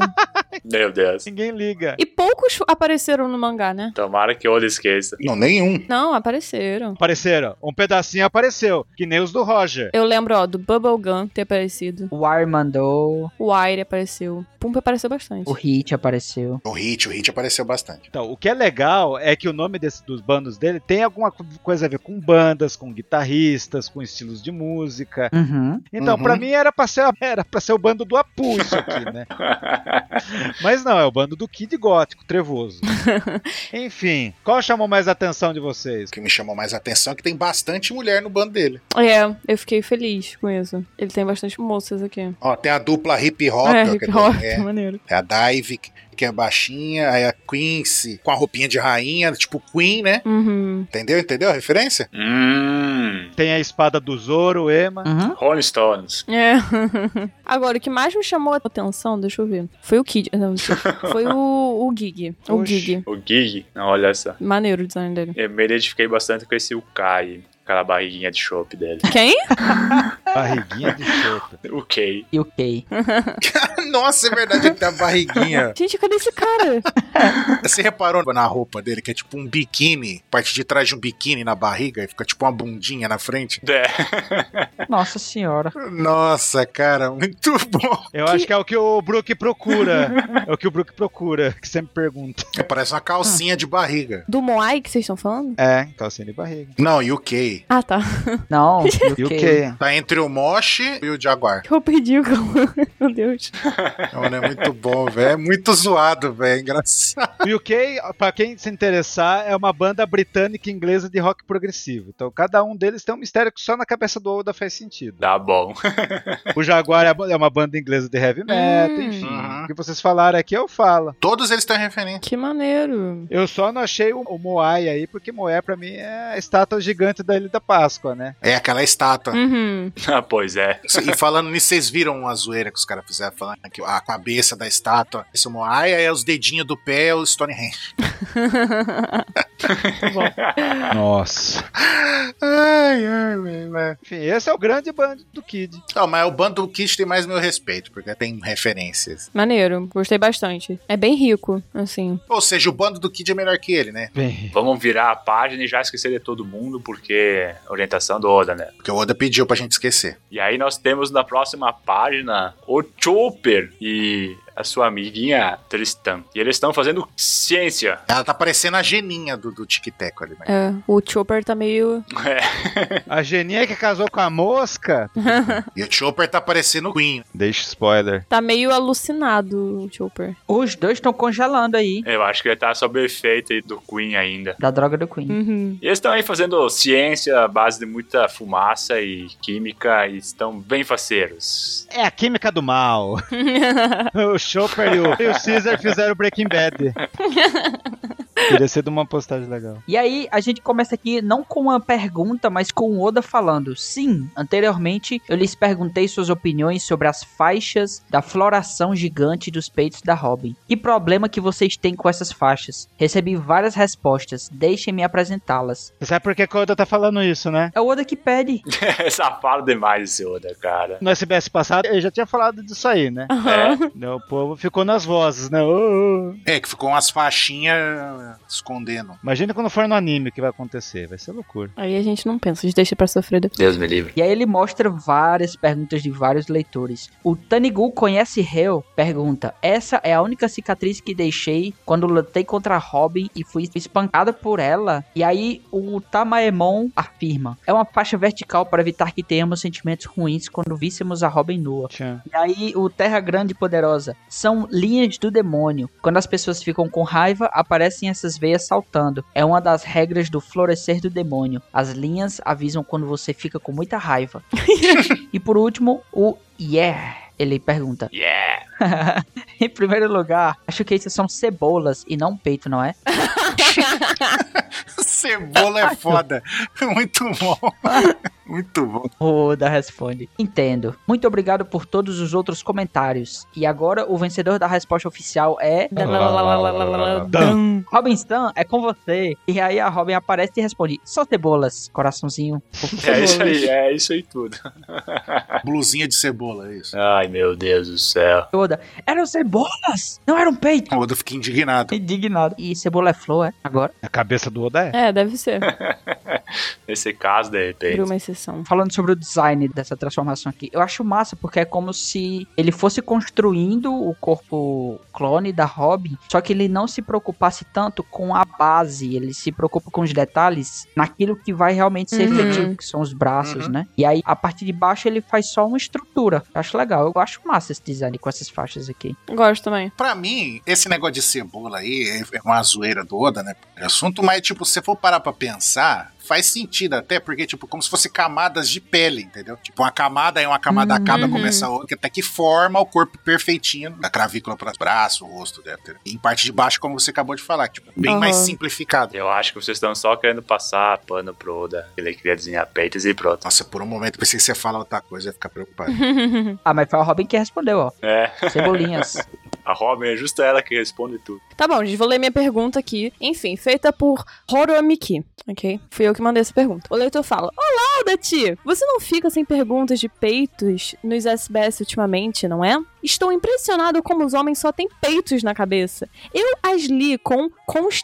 Meu Deus. Ninguém liga. e poucos apareceram no mangá, né? Tomara que eu esqueça. Não, nenhum. Não, apareceram. Apareceram. Um pedacinho apareceu, que nem os do Roger. Eu lembro, ó, do Bubblegum ter aparecido. O Ar mandou, O Aire apareceu. Pump apareceu bastante. o Hit apareceu. O Hit, o Hit apareceu bastante. Então, o que é legal é que o nome desse- dos bandos dele tem alguma co- coisa a ver com bandas, com guitarristas, com estilos de música. Uhum. Então, Uhum. pra mim era pra, ser, era pra ser o bando do Apu isso aqui, né? Mas não, é o bando do Kid Gótico, trevoso. Enfim, qual chamou mais a atenção de vocês? O que me chamou mais a atenção é que tem bastante mulher no bando dele. É, eu fiquei feliz com isso. Ele tem bastante moças aqui. Ó, tem a dupla hip hop, é, ó, que hip hop, é, maneiro. é a Dive, que- que é baixinha, aí a Quincy com a roupinha de rainha, tipo Queen, né? Uhum. Entendeu? Entendeu a referência? Hum. Tem a espada do Zoro, Ema. Uhum. Rolling Stones. É. Agora, o que mais me chamou a atenção, deixa eu ver, foi o Kid. Não, desculpa. foi o, o Gig. O Oxi. Gig. O Gig. Não, Olha só. Maneiro o design dele. Eu me identifiquei bastante com esse Ukai. Aquela barriguinha de chopp dele. Quem? Barriguinha de chota. O Kay. E o Kay. Nossa, é verdade, ele tem a barriguinha. Gente, cadê esse cara? Você reparou na roupa dele que é tipo um biquíni, parte de trás de um biquíni na barriga e fica tipo uma bundinha na frente? É. Nossa senhora. Nossa, cara, muito bom. Eu acho que é o que o Brook procura. É o que o Brook procura, que sempre pergunta. Parece uma calcinha de barriga. Do Moai que vocês estão falando? É, calcinha de barriga. Não, e o Kay? Ah, tá. Não, e o E o Kay. que? Tá entre o Moshi e o Jaguar. Eu perdi o Meu Deus. Mano, é muito bom, velho. É muito zoado, velho. É engraçado. O UK, pra quem se interessar, é uma banda britânica e inglesa de rock progressivo. Então cada um deles tem um mistério que só na cabeça do Oda faz sentido. Tá bom. O Jaguar é a- é uma banda inglesa de heavy metal, Hum. enfim. Uhum. O que vocês falaram aqui eu falo. Todos eles têm referência. Que maneiro. Eu só não achei o, o Moai aí, porque Moai pra mim é a estátua gigante da Ilha da Páscoa, né? É aquela estátua. Uhum. Ah, pois é. E falando nisso, vocês viram a zoeira que os caras fizeram falando que a cabeça da estátua, esse Moai, aí é os dedinhos do pé, é o Stonehenge. Nossa. Ai, ai, velho. velho. Enfim, esse é o grande bando do Kid. Não, mas o bando do Kish tem mais meu respeito, porque tem referências. Maneiro. Gostei bastante. É bem rico, assim. Ou seja, o bando do Kid é melhor que ele, né? Bem, Vamos virar a página e já esquecer de todo mundo, porque orientação do Oda, né? Porque o Oda pediu pra gente esquecer. E aí nós temos na próxima página o Chopper. E a sua amiguinha Tristan. E eles estão fazendo ciência. Ela tá parecendo a geninha do, do Tic Teco ali, né? É, o Chopper tá meio. A Genia que casou com a mosca? E o Chopper tá parecendo o Queen. Deixa spoiler. Tá meio alucinado o Chopper. Os dois estão congelando aí. Eu acho que ele tá sob o efeito aí do Queen ainda. Da droga do Queen. Uhum. E eles estão aí fazendo ciência à base de muita fumaça e química e estão bem faceiros. É a química do mal. o Chopper e o, e o Caesar fizeram Breaking Bad. Teria sido uma postagem legal. E aí, a gente começa aqui não com uma pergunta, mas com o Oda falando. Sim, anteriormente eu lhes perguntei suas opiniões sobre as faixas da floração gigante dos peitos da Robin. Que problema que vocês têm com essas faixas? Recebi várias respostas, deixem-me apresentá-las. Você sabe por que que o Oda tá falando isso, né? É o Oda que pede. É safado demais esse Oda, cara. No SBS passado, eu já tinha falado disso aí, né? É. Né, O povo ficou nas vozes, né? Ô, ô, ô. É, que ficou umas faixinhas escondendo. Imagina quando for no anime que vai acontecer. Vai ser loucura. Aí a gente não pensa, a gente deixa pra sofrer depois. Deus me livre. E aí ele mostra várias perguntas de vários leitores. O Tanigu conhece Hell? Pergunta. Essa é a única cicatriz que deixei quando lutei contra a Robin e fui espancada por ela. E aí o Tamaemon afirma. É uma faixa vertical para evitar que tenhamos sentimentos ruins quando víssemos a Robin nua. Tchan. E aí o Terra Grande e Poderosa. São linhas do demônio. Quando as pessoas ficam com raiva, aparecem essas veias saltando. É uma das regras do florescer do demônio. As linhas avisam quando você fica com muita raiva. E por último, o Yeah. Ele pergunta: Yeah! Em primeiro lugar, acho que esses são cebolas e não peito, não é? Cebola é foda. Muito bom. Muito bom. Oda responde: Entendo. Muito obrigado por todos os outros comentários. E agora o vencedor da resposta oficial é. Robin Stan, é com você. E aí a Robin aparece e responde: Só cebolas, coraçãozinho. É isso aí, é isso aí tudo. Blusinha de cebola, é isso. Ai, meu Deus do céu. Toda. Eram cebolas, não eram peito. O Oda fica indignado. Indignado. E cebola é flor, é? Agora. A cabeça do Oda é. É, deve ser. Nesse caso, de repente. Abriu uma exceção. Falando sobre o design dessa transformação aqui, eu acho massa porque é como se ele fosse construindo o corpo clone da Robin, só que ele não se preocupasse tanto com a base, ele se preocupa com os detalhes naquilo que vai realmente ser Uhum. efetivo, que são os braços, né? E aí a parte de baixo ele faz só uma estrutura. Eu acho legal, eu acho massa esse design com essas faixas aqui. Gosto também. Pra mim, esse negócio de cebola aí é uma zoeira do Oda, né? É assunto, mas, tipo, se você for parar pra pensar, faz sentido até, porque, tipo, como se fosse camadas de pele, entendeu? Tipo, uma camada é uma camada acaba, começa a outra, até que forma o corpo perfeitinho, da clavícula para braço, o rosto, etc. E em parte de baixo, como você acabou de falar, tipo, bem Aham. mais simplificado. Eu acho que vocês estão só querendo passar pano pro Oda. Ele queria desenhar peitos e pronto. Nossa, por um momento pensei que você ia falar outra coisa, eu ia ficar preocupado. Ah, mas foi a Robin que respondeu, ó. É. Cebolinhas. A Robin é justo ela que responde tudo. Tá bom, gente, vou ler minha pergunta aqui. Enfim, feita por Horomiki, ok? Fui eu que mandei essa pergunta. O leitor fala: Olá, Dati! Você não fica sem perguntas de peitos nos SBS ultimamente, não é? Estou impressionado como os homens só têm peitos na cabeça. Eu as li com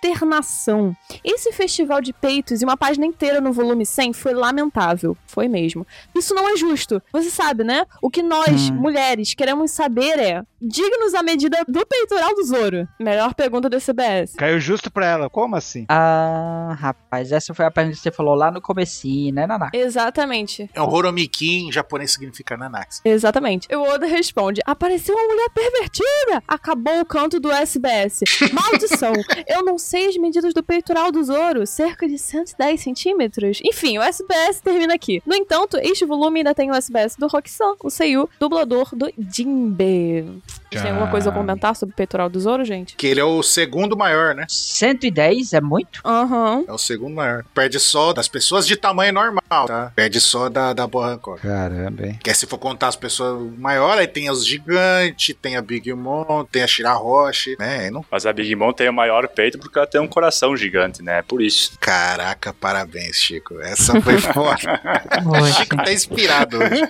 consternação. Esse festival de peitos e uma página inteira no volume 100 foi lamentável. Foi mesmo. Isso não é justo. Você sabe, né? O que nós, mulheres, queremos saber é: dignos à medida do peitoral do Zoro? Melhor pergunta do CBS. Caiu justo pra ela. Como assim? ah, rapaz, essa foi a pergunta que você falou lá no comecinho, né, Naná? Exatamente. É o Horomiki em japonês significa Nanax. Exatamente. E o Oda responde: Apareceu uma mulher pervertida! Acabou o canto do SBS. Maldição! Eu não sei as medidas do peitoral do Zoro, cerca de 110 centímetros. Enfim, o SBS termina aqui. No entanto, este volume ainda tem o SBS do Roxan, o Seiyu, dublador do Jinbe. Vocês Tem alguma é coisa a comentar sobre o peitoral do Zoro, gente? Que ele é o segundo maior, né? 110 é muito? Aham. É o segundo maior. Perde só das pessoas de tamanho normal, tá? Perde só da, da Boa Hancock. Caramba, hein? Que aí, se for contar as pessoas maiores, aí tem os gigantes, tem a Big Mom, tem a Shirahoshi, né? E Não... Mas a Big Mom tem o maior peito porque ela tem um coração gigante, né? Por isso. Caraca, parabéns, Chico. Essa foi foda. o Poxa. Chico tá inspirado hoje.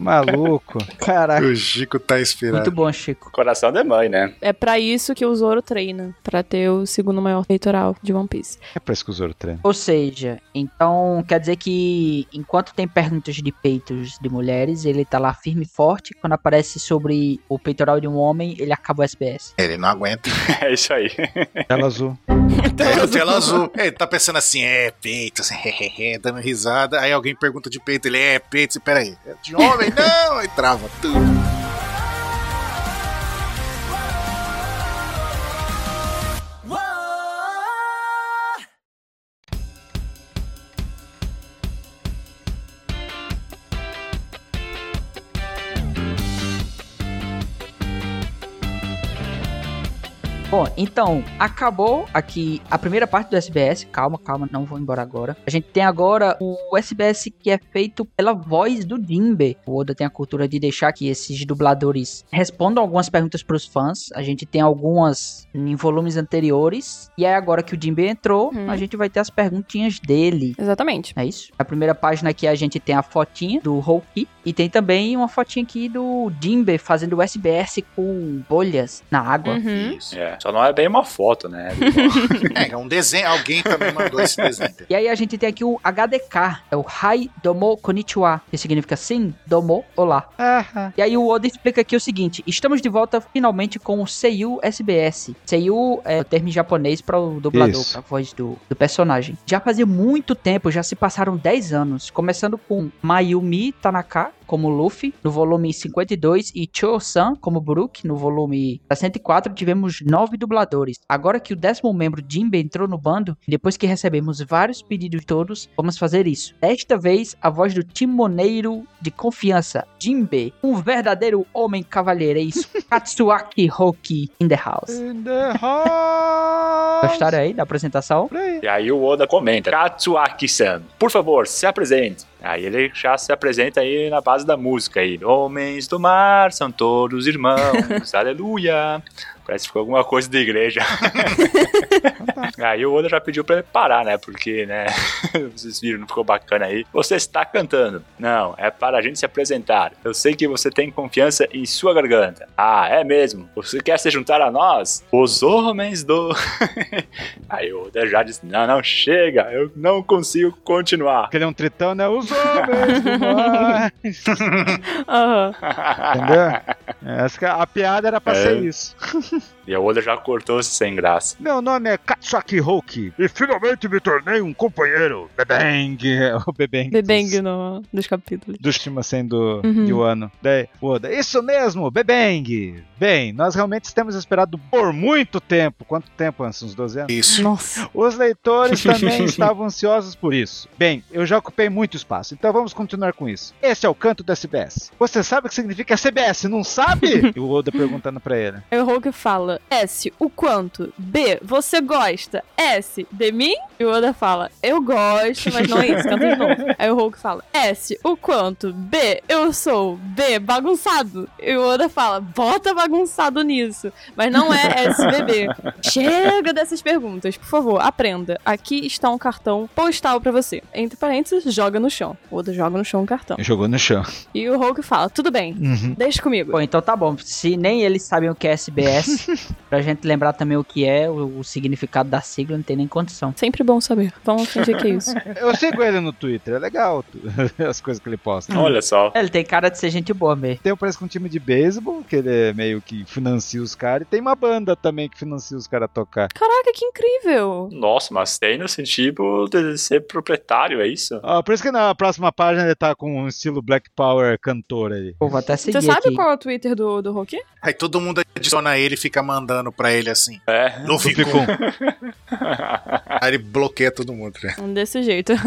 Maluco. Caraca. O Chico tá inspirado. Muito bom bom, Chico. Coração de mãe, né? É pra isso que o Zoro treina, pra ter o segundo maior peitoral de One Piece. É pra isso que o Zoro treina. Ou seja, então quer dizer que enquanto tem perguntas de peitos de mulheres, ele tá lá firme e forte. Quando aparece sobre o peitoral de um homem, ele acaba o SBS. Ele não aguenta. É isso aí. Tela azul. É, o tela azul. Ele tá pensando assim, é, peitos, dando risada. Aí alguém pergunta de peito, ele é, peitos, peraí. É de homem? Não! Aí trava tudo. Bom, então, acabou aqui a primeira parte do SBS. Calma, calma, não vou embora agora. A gente tem agora o SBS que é feito pela voz do Jimbe. O Oda tem a cultura de deixar que esses dubladores respondam algumas perguntas pros fãs. A gente tem algumas em volumes anteriores. E aí, agora que o Jimbe entrou, Uhum. a gente vai ter as perguntinhas dele. Exatamente. É isso? Na primeira página aqui a gente tem a fotinha do Hulk e tem também uma fotinha aqui do Jimbe fazendo o SBS com bolhas na água. Uhum. Isso. É, só não é bem uma foto, né? É, é um desenho. Alguém também mandou esse desenho. E aí a gente tem aqui o HDK, é o Hai Domo Konnichiwa, que significa sim, domo, olá. Ah, E aí o Oda explica aqui o seguinte, estamos de volta finalmente com o Seiyu SBS. Seiyu é o termo em japonês para o dublador, Isso. para a voz do, do personagem. Já fazia muito tempo, já se passaram 10 anos, começando com Mayumi Tanaka como Luffy, no volume 52, e Cho-san como Brook, no volume 64, tivemos nove dubladores. Agora que o décimo membro Jinbe entrou no bando, e depois que recebemos vários pedidos de todos, vamos fazer isso. Desta vez, a voz do timoneiro de confiança, Jinbe, um verdadeiro homem cavalheiresco, Katsuaki Hoki in the house. In the house. Gostaram aí da apresentação? Por aí. E aí o Oda comenta: Katsuaki-san, por favor, se apresente. Aí ele já se apresenta aí na base da música aí. Homens do mar são todos irmãos, aleluia. Parece que ficou alguma coisa da igreja. aí o Oda já pediu pra ele parar, né? Porque, né? Vocês viram, não ficou bacana aí. Você está cantando. Não, é para a gente se apresentar. Eu sei que você tem confiança em sua garganta. Ah, é mesmo? Você quer se juntar a nós? Os homens do. Aí o Oda já disse: Não, não, chega, eu não consigo continuar. Porque ele é um tritão, né? Os homens do mar. Aham. Entendeu? É, Essa que a a piada era pra É. ser isso. e o Oda já cortou sem graça. Meu nome é Katsuaki Hulk e finalmente me tornei um companheiro. Bebeng. é O Bebeng. Bebeng no, dos capítulos. do Shimasen do Uhum. de Wano. Daí, o Oda, isso mesmo, Bebeng! Bem, nós realmente temos esperado por muito tempo. Quanto tempo, Anson? Uns 12 anos? Isso. Nossa. Os leitores também estavam ansiosos por isso. Bem, eu já ocupei muito espaço, então vamos continuar com isso. Esse é o canto do SBS. Você sabe o que significa SBS, não sabe? e o Oda perguntando pra ele. Aí o Hulk fala: S, o quanto? B, você gosta? S, de mim? E o Oda fala: Eu gosto, mas não é isso, canta de novo. Aí o Hulk fala: S, o quanto? B, eu sou. B, bagunçado. E o Oda fala: Bota bagunçado nisso. Mas não é SBB. Chega dessas perguntas, por favor, aprenda. Aqui está um cartão postal pra você. Entre parênteses, joga no chão. O Oda joga no chão o cartão. Jogou no chão. E o Hulk fala: Tudo bem, deixa comigo. Bom, então tá bom. Se nem eles sabem o que é SBS, pra gente lembrar também o que é, o, o significado da sigla, não tem nem condição. Sempre bom saber. Vamos fingir que é isso. Eu sigo ele no Twitter, é legal tu- as coisas que ele posta. Olha só. É, Ele tem cara de ser gente boa mesmo. Tem, parece que um time de beisebol, que ele é meio que financia os caras, e tem uma banda também que financia os caras a tocar. Caraca, que incrível! Nossa, mas tem no sentido de ser proprietário, é isso? Ah, por isso que na próxima página ele tá com um estilo Black Power cantor aí. Pô, vou até seguir Você sabe aqui. qual é o Twitter do, do Hulk? Aí todo mundo adiciona ele e fica mandando pra ele assim. É. Não Do ficou. Picum. Aí ele bloqueia todo mundo. né? Um Desse jeito.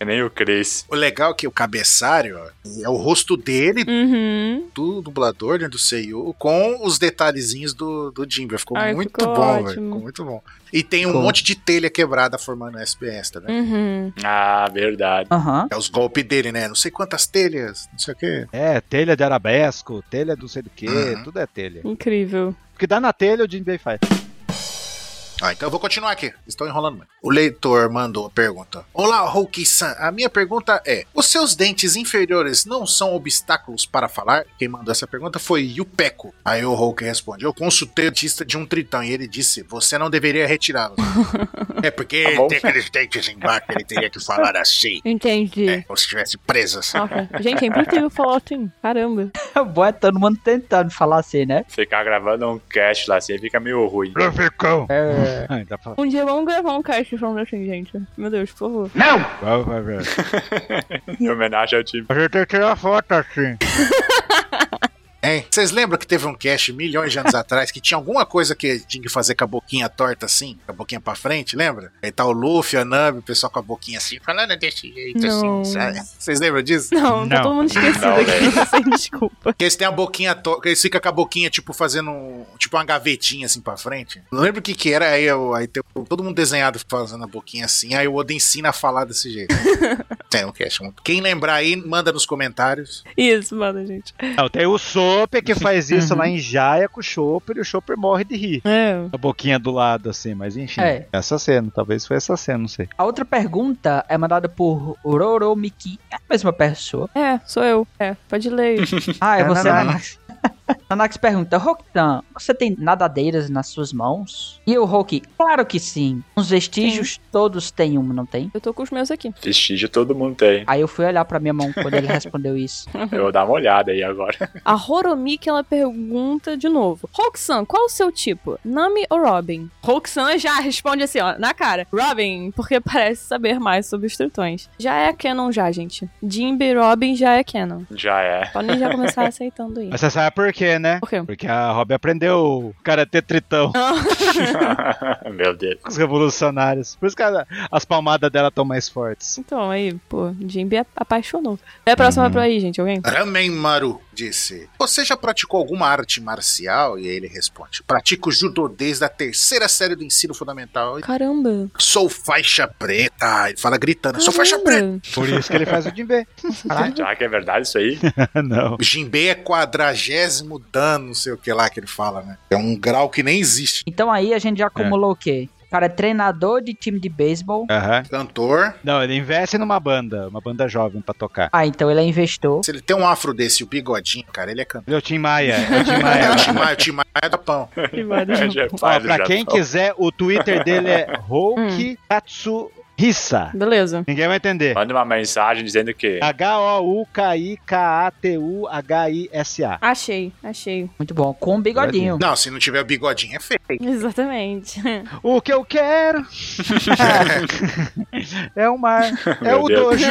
É meio Chris. O legal é que o cabeçário ó, é o rosto dele, uhum. do dublador, né, do Seiyu, com os detalhezinhos do, do Jimber. Ficou Ai, muito ficou bom, ótimo. velho. Ficou muito bom. E tem um Ficou. monte de telha quebrada formando SBS, tá vendo? Uhum. Ah, verdade. Aham. É os golpes dele, né? Não sei quantas telhas, não sei o quê. É, telha de arabesco, telha do sei do que, Uhum. tudo é telha. Incrível. O que dá na telha o Jinbei faz. Ah, então eu vou continuar aqui. Estão enrolando muito. O leitor mandou a pergunta. Olá, Hulk-san. A minha pergunta é: Os seus dentes inferiores não são obstáculos para falar? Quem mandou essa pergunta foi Yupeco. Aí o Hulk responde: Eu consultei o dentista de um tritão e ele disse: Você não deveria retirá-los. é porque Tá bom. ele tem aqueles dentes embaixo, ele teria que falar assim. Entendi. É, como se estivesse preso assim. Nossa, gente, é impossível falar assim. Caramba. O bom é todo mundo tentando falar assim, né? Ficar gravando um cast lá assim fica meio ruim. Braficão! É. Ah, dá pra... Um dia vamos gravar um cast falando assim, gente. Meu Deus, por favor. Vai, vai, vai. Em homenagem ao time. A gente tem que tirar foto assim. Hein? Vocês lembram que teve um cast milhões de anos atrás que tinha alguma coisa que tinha que fazer com a boquinha torta assim, com a boquinha pra frente, lembra? Aí tá o Luffy, a Nami, o pessoal com a boquinha assim, falando desse jeito Não. assim, sabe? Vocês lembram disso? Não, tá Não. todo mundo esquecido Não, aqui, sem desculpa. Que eles têm a boquinha torta, que eles ficam com a boquinha tipo fazendo, um- tipo uma gavetinha assim pra frente. Não lembro o que que era, aí, eu, aí tem um, todo mundo desenhado fazendo a boquinha assim, aí o Oda ensina a falar desse jeito. tem um cast. muito- Quem lembrar aí, manda nos comentários. Isso, mano, gente. Não, tem o Soper que faz isso lá em Jaia com o Chopper e o Chopper morre de rir. É. A boquinha do lado, assim, mas enfim. É. Essa cena, talvez foi essa cena, não sei. A outra pergunta é mandada por Roromiki. É a mesma pessoa. É, sou eu. É, pode ler. Ah, é É, você, Nanax. Nanax. Nanax pergunta, Rokitan, você tem nadadeiras nas suas mãos? E o Roki, claro que sim. Os vestígios todos têm um, não tem? Eu tô com os meus aqui. Vestígio todo mundo tem. Aí eu fui olhar pra minha mão quando ele respondeu isso. Uhum. Eu vou dar uma olhada aí agora. A Horomiki, ela pergunta de novo. Roxan, qual o seu tipo? Nami ou Robin? Roxan já responde assim, ó, na cara. Robin, porque parece saber mais sobre os tritões. Já é canon já, gente. Jimbe e Robin já é canon. Já é. Podem já começar aceitando isso. Assim. Mas você sabe por quê, né? Por quê? Porque a Robin aprendeu o Karatê Tritão Meu Deus. com os revolucionários. Por isso que a- as palmadas dela estão mais fortes. Então, aí, pô, Jimbe a- apaixonou. É a Uhum. próxima pra aí, gente, alguém? Ramen Maru disse: Você já praticou alguma arte marcial? E aí ele responde: Pratico judô desde a terceira série do ensino fundamental. Caramba. Sou faixa preta. Ele fala gritando: Sou faixa preta. Caramba. Por isso que ele faz o Jinbei. Já que é verdade isso aí? não. Jinbei é quadragésimo dan, não sei o que lá que ele fala, né? É um grau que nem existe. Então aí a gente já acumulou o quê? O cara é treinador de time de beisebol. Aham. Cantor. Não, ele investe numa banda, uma banda jovem pra tocar. Ah, então ele é investor. Se ele tem um afro desse e o bigodinho, cara, ele é cantor. Ele é o Tim Maia. É o Tim É o Maia. Tim Maia, o Tim Maia é do pão. Já é Ó, pai do pra quem Japão. quiser, o Twitter dele é Hulk Katsuhisa. Beleza. Ninguém vai entender. Manda uma mensagem dizendo que H-O-U-K-I-K-A-T-U-H-I-S-A. Achei, achei. Muito bom. Com um bigodinho. Não, se não tiver o bigodinho é feio. Exatamente. O que eu quero é o mar, é Meu o Deus. dojo.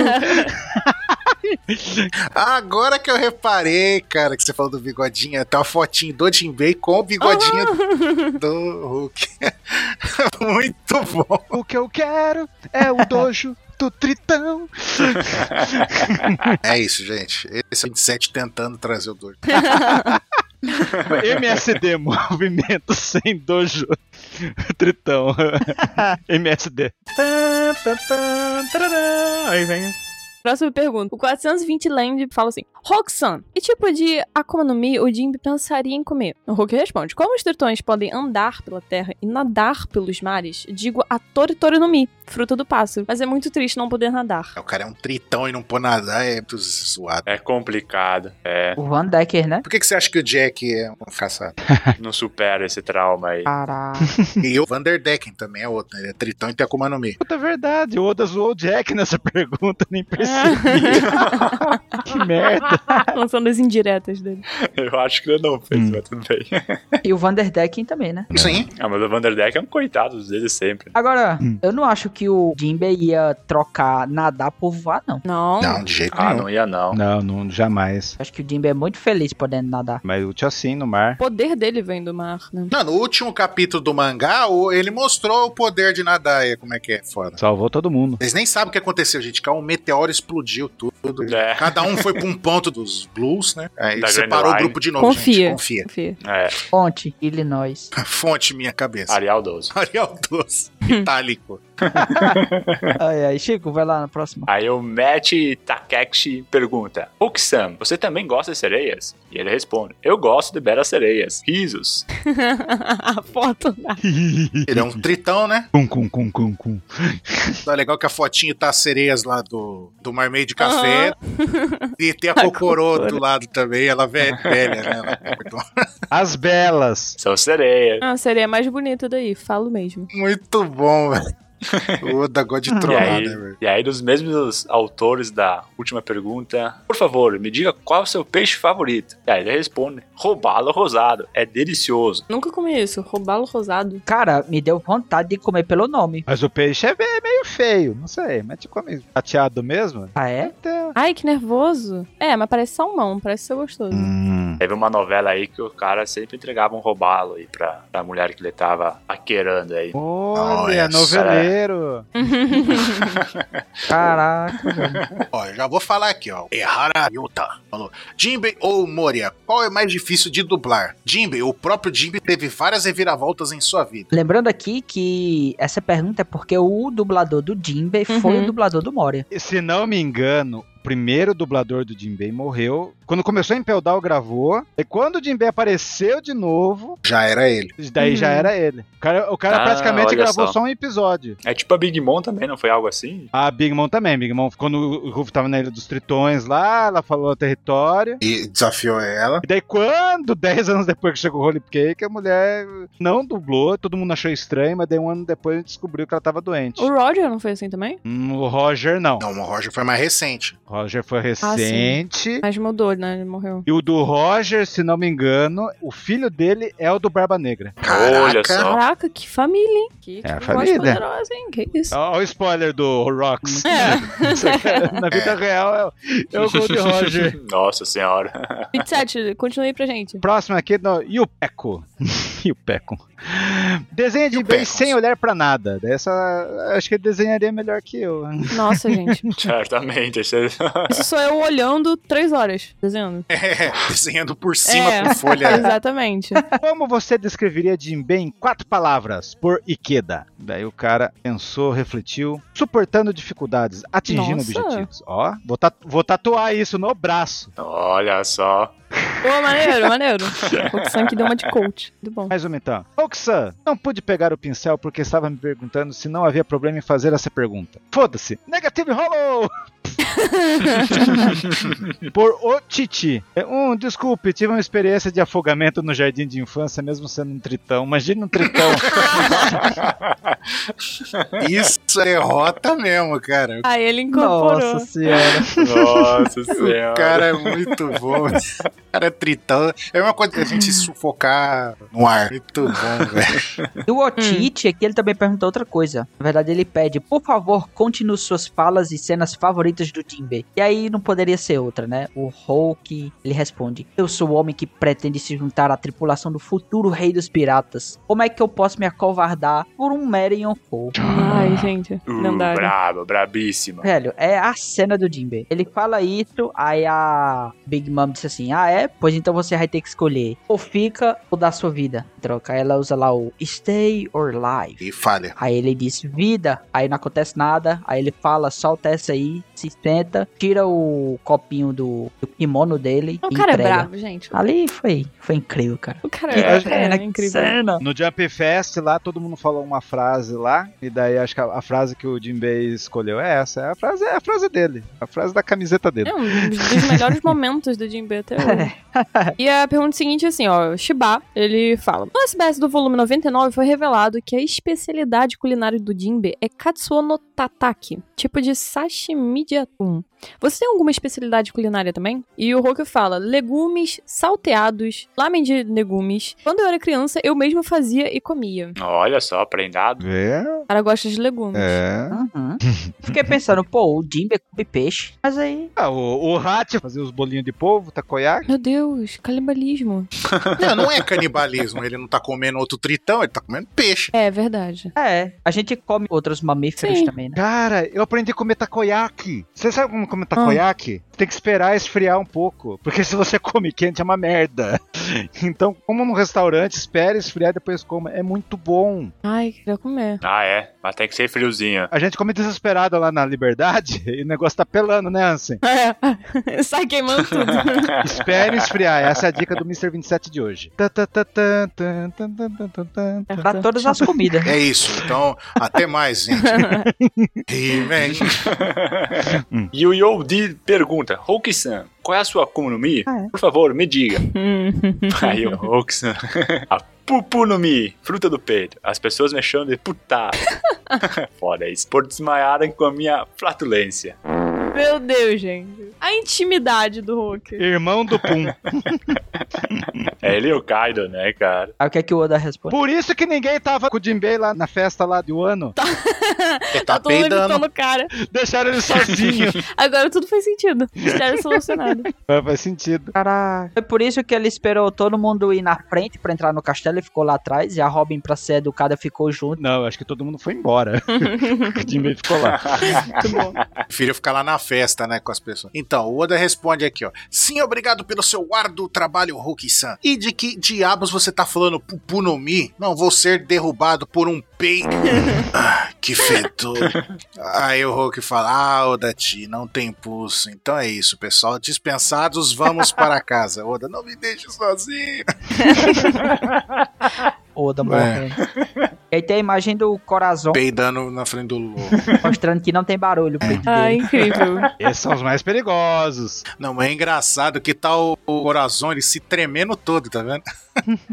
Agora que eu reparei, cara, que você falou do bigodinho, tá uma fotinho do Jinbei com o bigodinho do Hulk. Muito bom. O que eu quero é o dojo do tritão. É isso, gente. Esse é o 27 tentando trazer o dojo. MSD, movimento sem dojo. Tritão. MSD. Tã, tã, tã, tarará. Aí vem. Próxima pergunta. O 420 Land fala assim: Roxanne, que tipo de Akuma no Mi o Jimbe pensaria em comer? O Hulk responde: Como os tritões podem andar pela terra e nadar pelos mares, digo a Toritori no Mi, fruta do pássaro. Mas é muito triste não poder nadar. O cara é um tritão e não pôr nadar, é muito zoado. é complicado. É, O Van Decker, né? Por que, que você acha que o Jack é um caçado? não supera esse trauma aí. Ah. Caraca. e o Vanderdecken também é outro, né? Ele é tritão e tem Akuma no Mi. Puta é verdade, o Oda zoou o Jack nessa pergunta, nem percebi. que merda. Lançando as indiretas dele. Eu acho que ele não fez, Hum. mas tudo bem. E o Vanderdecken também, né? Sim. Ah, mas o Vanderdeck é um coitado desde sempre. Agora, Hum. eu não acho que o Jimbe ia trocar nadar por voar, não. Não. Não, de jeito Ah, nenhum. não ia não. Não, não jamais. Eu acho que o Jimbe é muito feliz podendo nadar. Mas o Tchassin no mar. O poder dele vem do mar, né? Não, no último capítulo do mangá, o- ele mostrou o poder de nadar, e como é que é foda. Salvou todo mundo. Vocês nem sabem o que aconteceu, gente. que Um meteoro explodiu tudo. É. Cada um foi pra um ponto dos Blues, né? Aí Da Grand separou o Line. grupo de novo, Confia. gente. Confia. Fih. É, Fonte, Illinois. Fonte minha cabeça. Arial 12. Arial 12. Itálico. Ai, ai, Chico, vai lá na próxima. Aí o Matt Takeshi pergunta: Oksam, você também gosta de sereias? E ele responde: Eu gosto de belas sereias. Risos. A foto da... Ele é um tritão, né? Cum, cum, cum, cum, cum. Tá legal que a fotinho tá as sereias lá do, do Marmaid Café. E tem a Cocorô do lado também. Ela velha, velha né? Ela é muito As belas. São sereias. Ah, seria mais bonita daí, falo mesmo. Muito bom, velho. O Oda gosta de E trollar, aí, né, velho? e aí, dos mesmos autores da última pergunta, por favor, me diga qual é o seu peixe favorito. E aí ele responde: roubalo rosado. É delicioso. Nunca comi isso, roubalo rosado. Cara, me deu vontade de comer pelo nome. Mas o peixe é be- meio feio, não sei, mas te come chateado mesmo? Ah, é? Então, Ai, que nervoso. É, mas parece salmão, parece ser gostoso. hum. Teve uma novela aí que o cara sempre entregava um robalo aí pra, pra mulher que ele tava paquerando aí. Olha, Nossa. noveleiro. Caraca. Ó, eu já vou falar aqui, ó. Errara Yuta falou: Jinbei ou Moria, qual é mais difícil de dublar? Jinbei, o próprio Jinbei teve várias reviravoltas em sua vida. Lembrando aqui que essa pergunta é porque o dublador do Jinbe foi Uhum. o dublador do Moria. E Se não me engano, o primeiro dublador do Jinbei morreu. Quando começou a empeldar, gravou. E quando o Jinbei apareceu de novo, Já era ele. daí Uhum. já era ele. O cara, o cara Ah, praticamente olha gravou só. só um episódio. É tipo a Big Mom também, não foi algo assim? A Big Mom também. Big Mom, quando o Ruff tava na Ilha dos Tritões lá, ela falou o território. E desafiou ela. E daí, quando, 10 anos depois que chegou o Holy Cake, a mulher não dublou, todo mundo achou estranho, mas daí um ano depois a gente descobriu que ela tava doente. O Roger não foi assim também? Hum, O Roger não. Não, o Roger foi mais recente. O Roger Ah, foi recente. Mas mudou, né? Ele morreu. e o do Roger, se não me engano, o filho dele é o do Barba Negra. Olha Caraca. só. Caraca, que família, hein? Que, É a que família. voz poderosa, hein? Que isso? Olha o spoiler do Rox. Na vida real é, o- é o Gold Roger. Nossa senhora. 27, continue aí pra gente. Próximo aqui é no Yupeco. Yupeco. Desenha de bem Yupecos. sem olhar pra nada. Dessa, acho que ele desenharia melhor que eu. Nossa, gente. Certamente. Isso sou eu olhando três horas, desenhando. É, desenhando por cima É. com folha. Exatamente. Como você descreveria Jinbei em quatro palavras? Por Ikeda. Daí o cara pensou, refletiu, suportando dificuldades, atingindo Nossa. objetivos. Ó, vou, ta- vou tatuar isso no braço. Olha só. Pô, maneiro, maneiro. O sangue deu uma de coach. Muito bom. Mais uma então. Oxan, não pude pegar o pincel porque estava me perguntando se não havia problema em fazer essa pergunta. Foda-se. Negative Hollow! Por O Titi. É, Um, desculpe, tive uma experiência de afogamento no jardim de infância, mesmo sendo um tritão. Imagina um tritão. Isso é derrota mesmo, cara. Aí ele incorporou. Nossa senhora. Nossa O senhora. cara é muito bom. O cara é tritão. É uma coisa que a gente sufocar no ar. Muito bom, velho. E o Otite aqui, ele também perguntou outra coisa. Na verdade, ele pede, por favor, continue suas falas e cenas favoritas do Jinbei. E aí não poderia ser outra, né? O Hulk, ele responde, eu sou o homem que pretende se juntar à tripulação do futuro rei dos piratas. Como é que eu posso me acovardar por um mero Yonkou? Ai, gente. Uh, lendário. brabo, brabíssimo. Velho, é a cena do Jinbei. Ele fala isso, aí a Big Mom disse assim: Ah, é? Pois então você vai ter que escolher. Ou fica ou dá sua vida. Troca. Aí Ela usa lá o stay or life. E falha. Aí ele diz vida, aí não acontece nada. Aí ele fala, solta essa aí, se senta, tira o copinho do, do kimono dele. O e cara entrega. é brabo, gente. Ali foi, foi incrível, cara. O cara É, é, que é, que né? incrível. cena. No Jump Fest lá, todo mundo falou uma frase lá, e daí acho que a, a frase que o Jinbei escolheu é essa. É a frase, é a frase dele. A frase da camiseta dele. É um dos melhores momentos do Jinbei até hoje. e a pergunta seguinte é assim, ó. o Shiba, ele fala... No SBS do volume 99 foi revelado que a especialidade culinária do Jinbei é katsuo no tataki. Tipo de sashimi de atum. Você tem alguma especialidade culinária também? E o Hulk fala: legumes salteados, lamen de legumes. Quando eu era criança, eu mesmo fazia e comia. Olha só, prendado. É. O cara gosta de legumes. é. Uhum. Fiquei pensando, pô, o Jinbei come peixe. Mas aí. Ah, o, o Hat fazia os bolinhos de polvo, takoyaki. Meu Deus, canibalismo. Não, não é canibalismo. Ele não tá comendo outro tritão, ele tá comendo peixe. É verdade. É, a gente come outros mamíferos Sim. também, né? Cara, eu aprendi a comer takoyaki. Você sabe como comer takoyaki? Tem que esperar esfriar um pouco. Porque se você come quente é uma merda. Então, coma num restaurante, espere esfriar e depois coma. É muito bom. Ai, queria comer. Ah, é. Mas tem que ser friozinho. A gente come desesperado lá na Liberdade e o negócio tá pelando, né, Ansem? Sai queimando tudo. Espere esfriar. Essa é a dica do Mr. 27 de hoje. Tá, tá, tá, tá, tá, tá, tá, tá, tá, tá. Pra todas as comidas. É isso. Então, até mais, gente. He-Man. Tá E o Yodi pergunta: Hulk-san, qual é a sua Akuma no Mi? Por favor, me diga. Aí o Hulk-san. A Pupu no Mi, fruta do peito. As pessoas me chamam de puta. Foda isso. Por desmaiarem com a minha flatulência. Meu Deus, gente. A intimidade do Hulk. Irmão do Pum. É ele e o Kaido, né, cara? Aí o que é que o Oda responde? Por isso que ninguém tava com o Jinbei lá na festa lá do ano. Ele Tá tá todo mundo peidando. evitando o cara. Deixaram ele sozinho. Agora tudo faz sentido. Mistério solucionado. Mas Faz sentido. Foi por isso que ele esperou todo mundo ir na frente pra entrar no castelo e ficou lá atrás. E a Robin, pra ser educada, ficou junto. Não, acho que todo mundo foi embora. o Jinbei ficou lá. Muito bom. Prefiro ficar lá na festa, né, com as pessoas. Então, o Oda responde aqui, ó. Sim, obrigado pelo seu árduo trabalho, Hulk-san. E de que diabos você tá falando pupu no mi? Não vou ser derrubado por um peido. Ah, que fedor. Aí o Hulk fala, ah, Oda, ti, não tem pulso. Então é isso, pessoal. Dispensados, vamos para casa. Oda, não me deixe sozinho. Oda É. morrendo. E aí tem a imagem do coração Peidando na frente do lobo. mostrando que não tem É. barulho o peito Ah, dele. incrível. Esses são os mais perigosos. Não, mas é engraçado que tá o, o Corazon, ele se tremendo todo, tá vendo?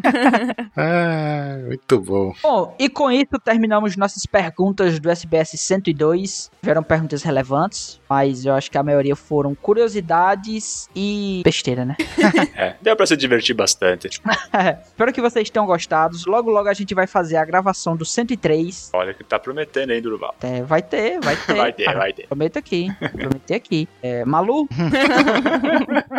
ah, muito bom. Bom, e com isso terminamos nossas perguntas do SBS 102. Tiveram perguntas relevantes, mas eu acho que a maioria foram curiosidades e besteira, né? É, deu pra se divertir bastante. Espero que vocês tenham gostado. Logo, logo a gente vai fazer a gravação do 103. Olha que tá prometendo, hein, Durval? É, vai ter, vai ter. Vai ter, cara. vai ter. Prometo aqui, hein? prometi aqui. É, Malu,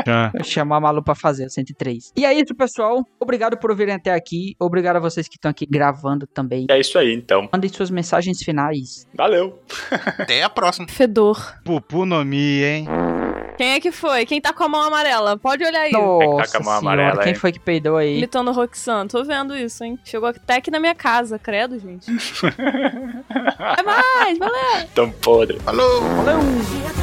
Já. Vou chamar a Malu pra fazer o 103. E é isso, pessoal. Obrigado por virem até aqui. Obrigado a vocês que estão aqui gravando também. É isso aí, então. Mandem suas mensagens finais. Valeu. Até a próxima. Fedor. Pupu no Mi, hein? Quem é que foi? Quem tá com a mão amarela? Pode olhar aí. Nossa tá com a mão senhora, amarela, quem hein? foi que peidou aí? Imitando Roxanne. Tô vendo isso, hein? Chegou até aqui na minha casa, credo, gente. Até mais, valeu! Tão Então, podre. Falou! Valeu! Dia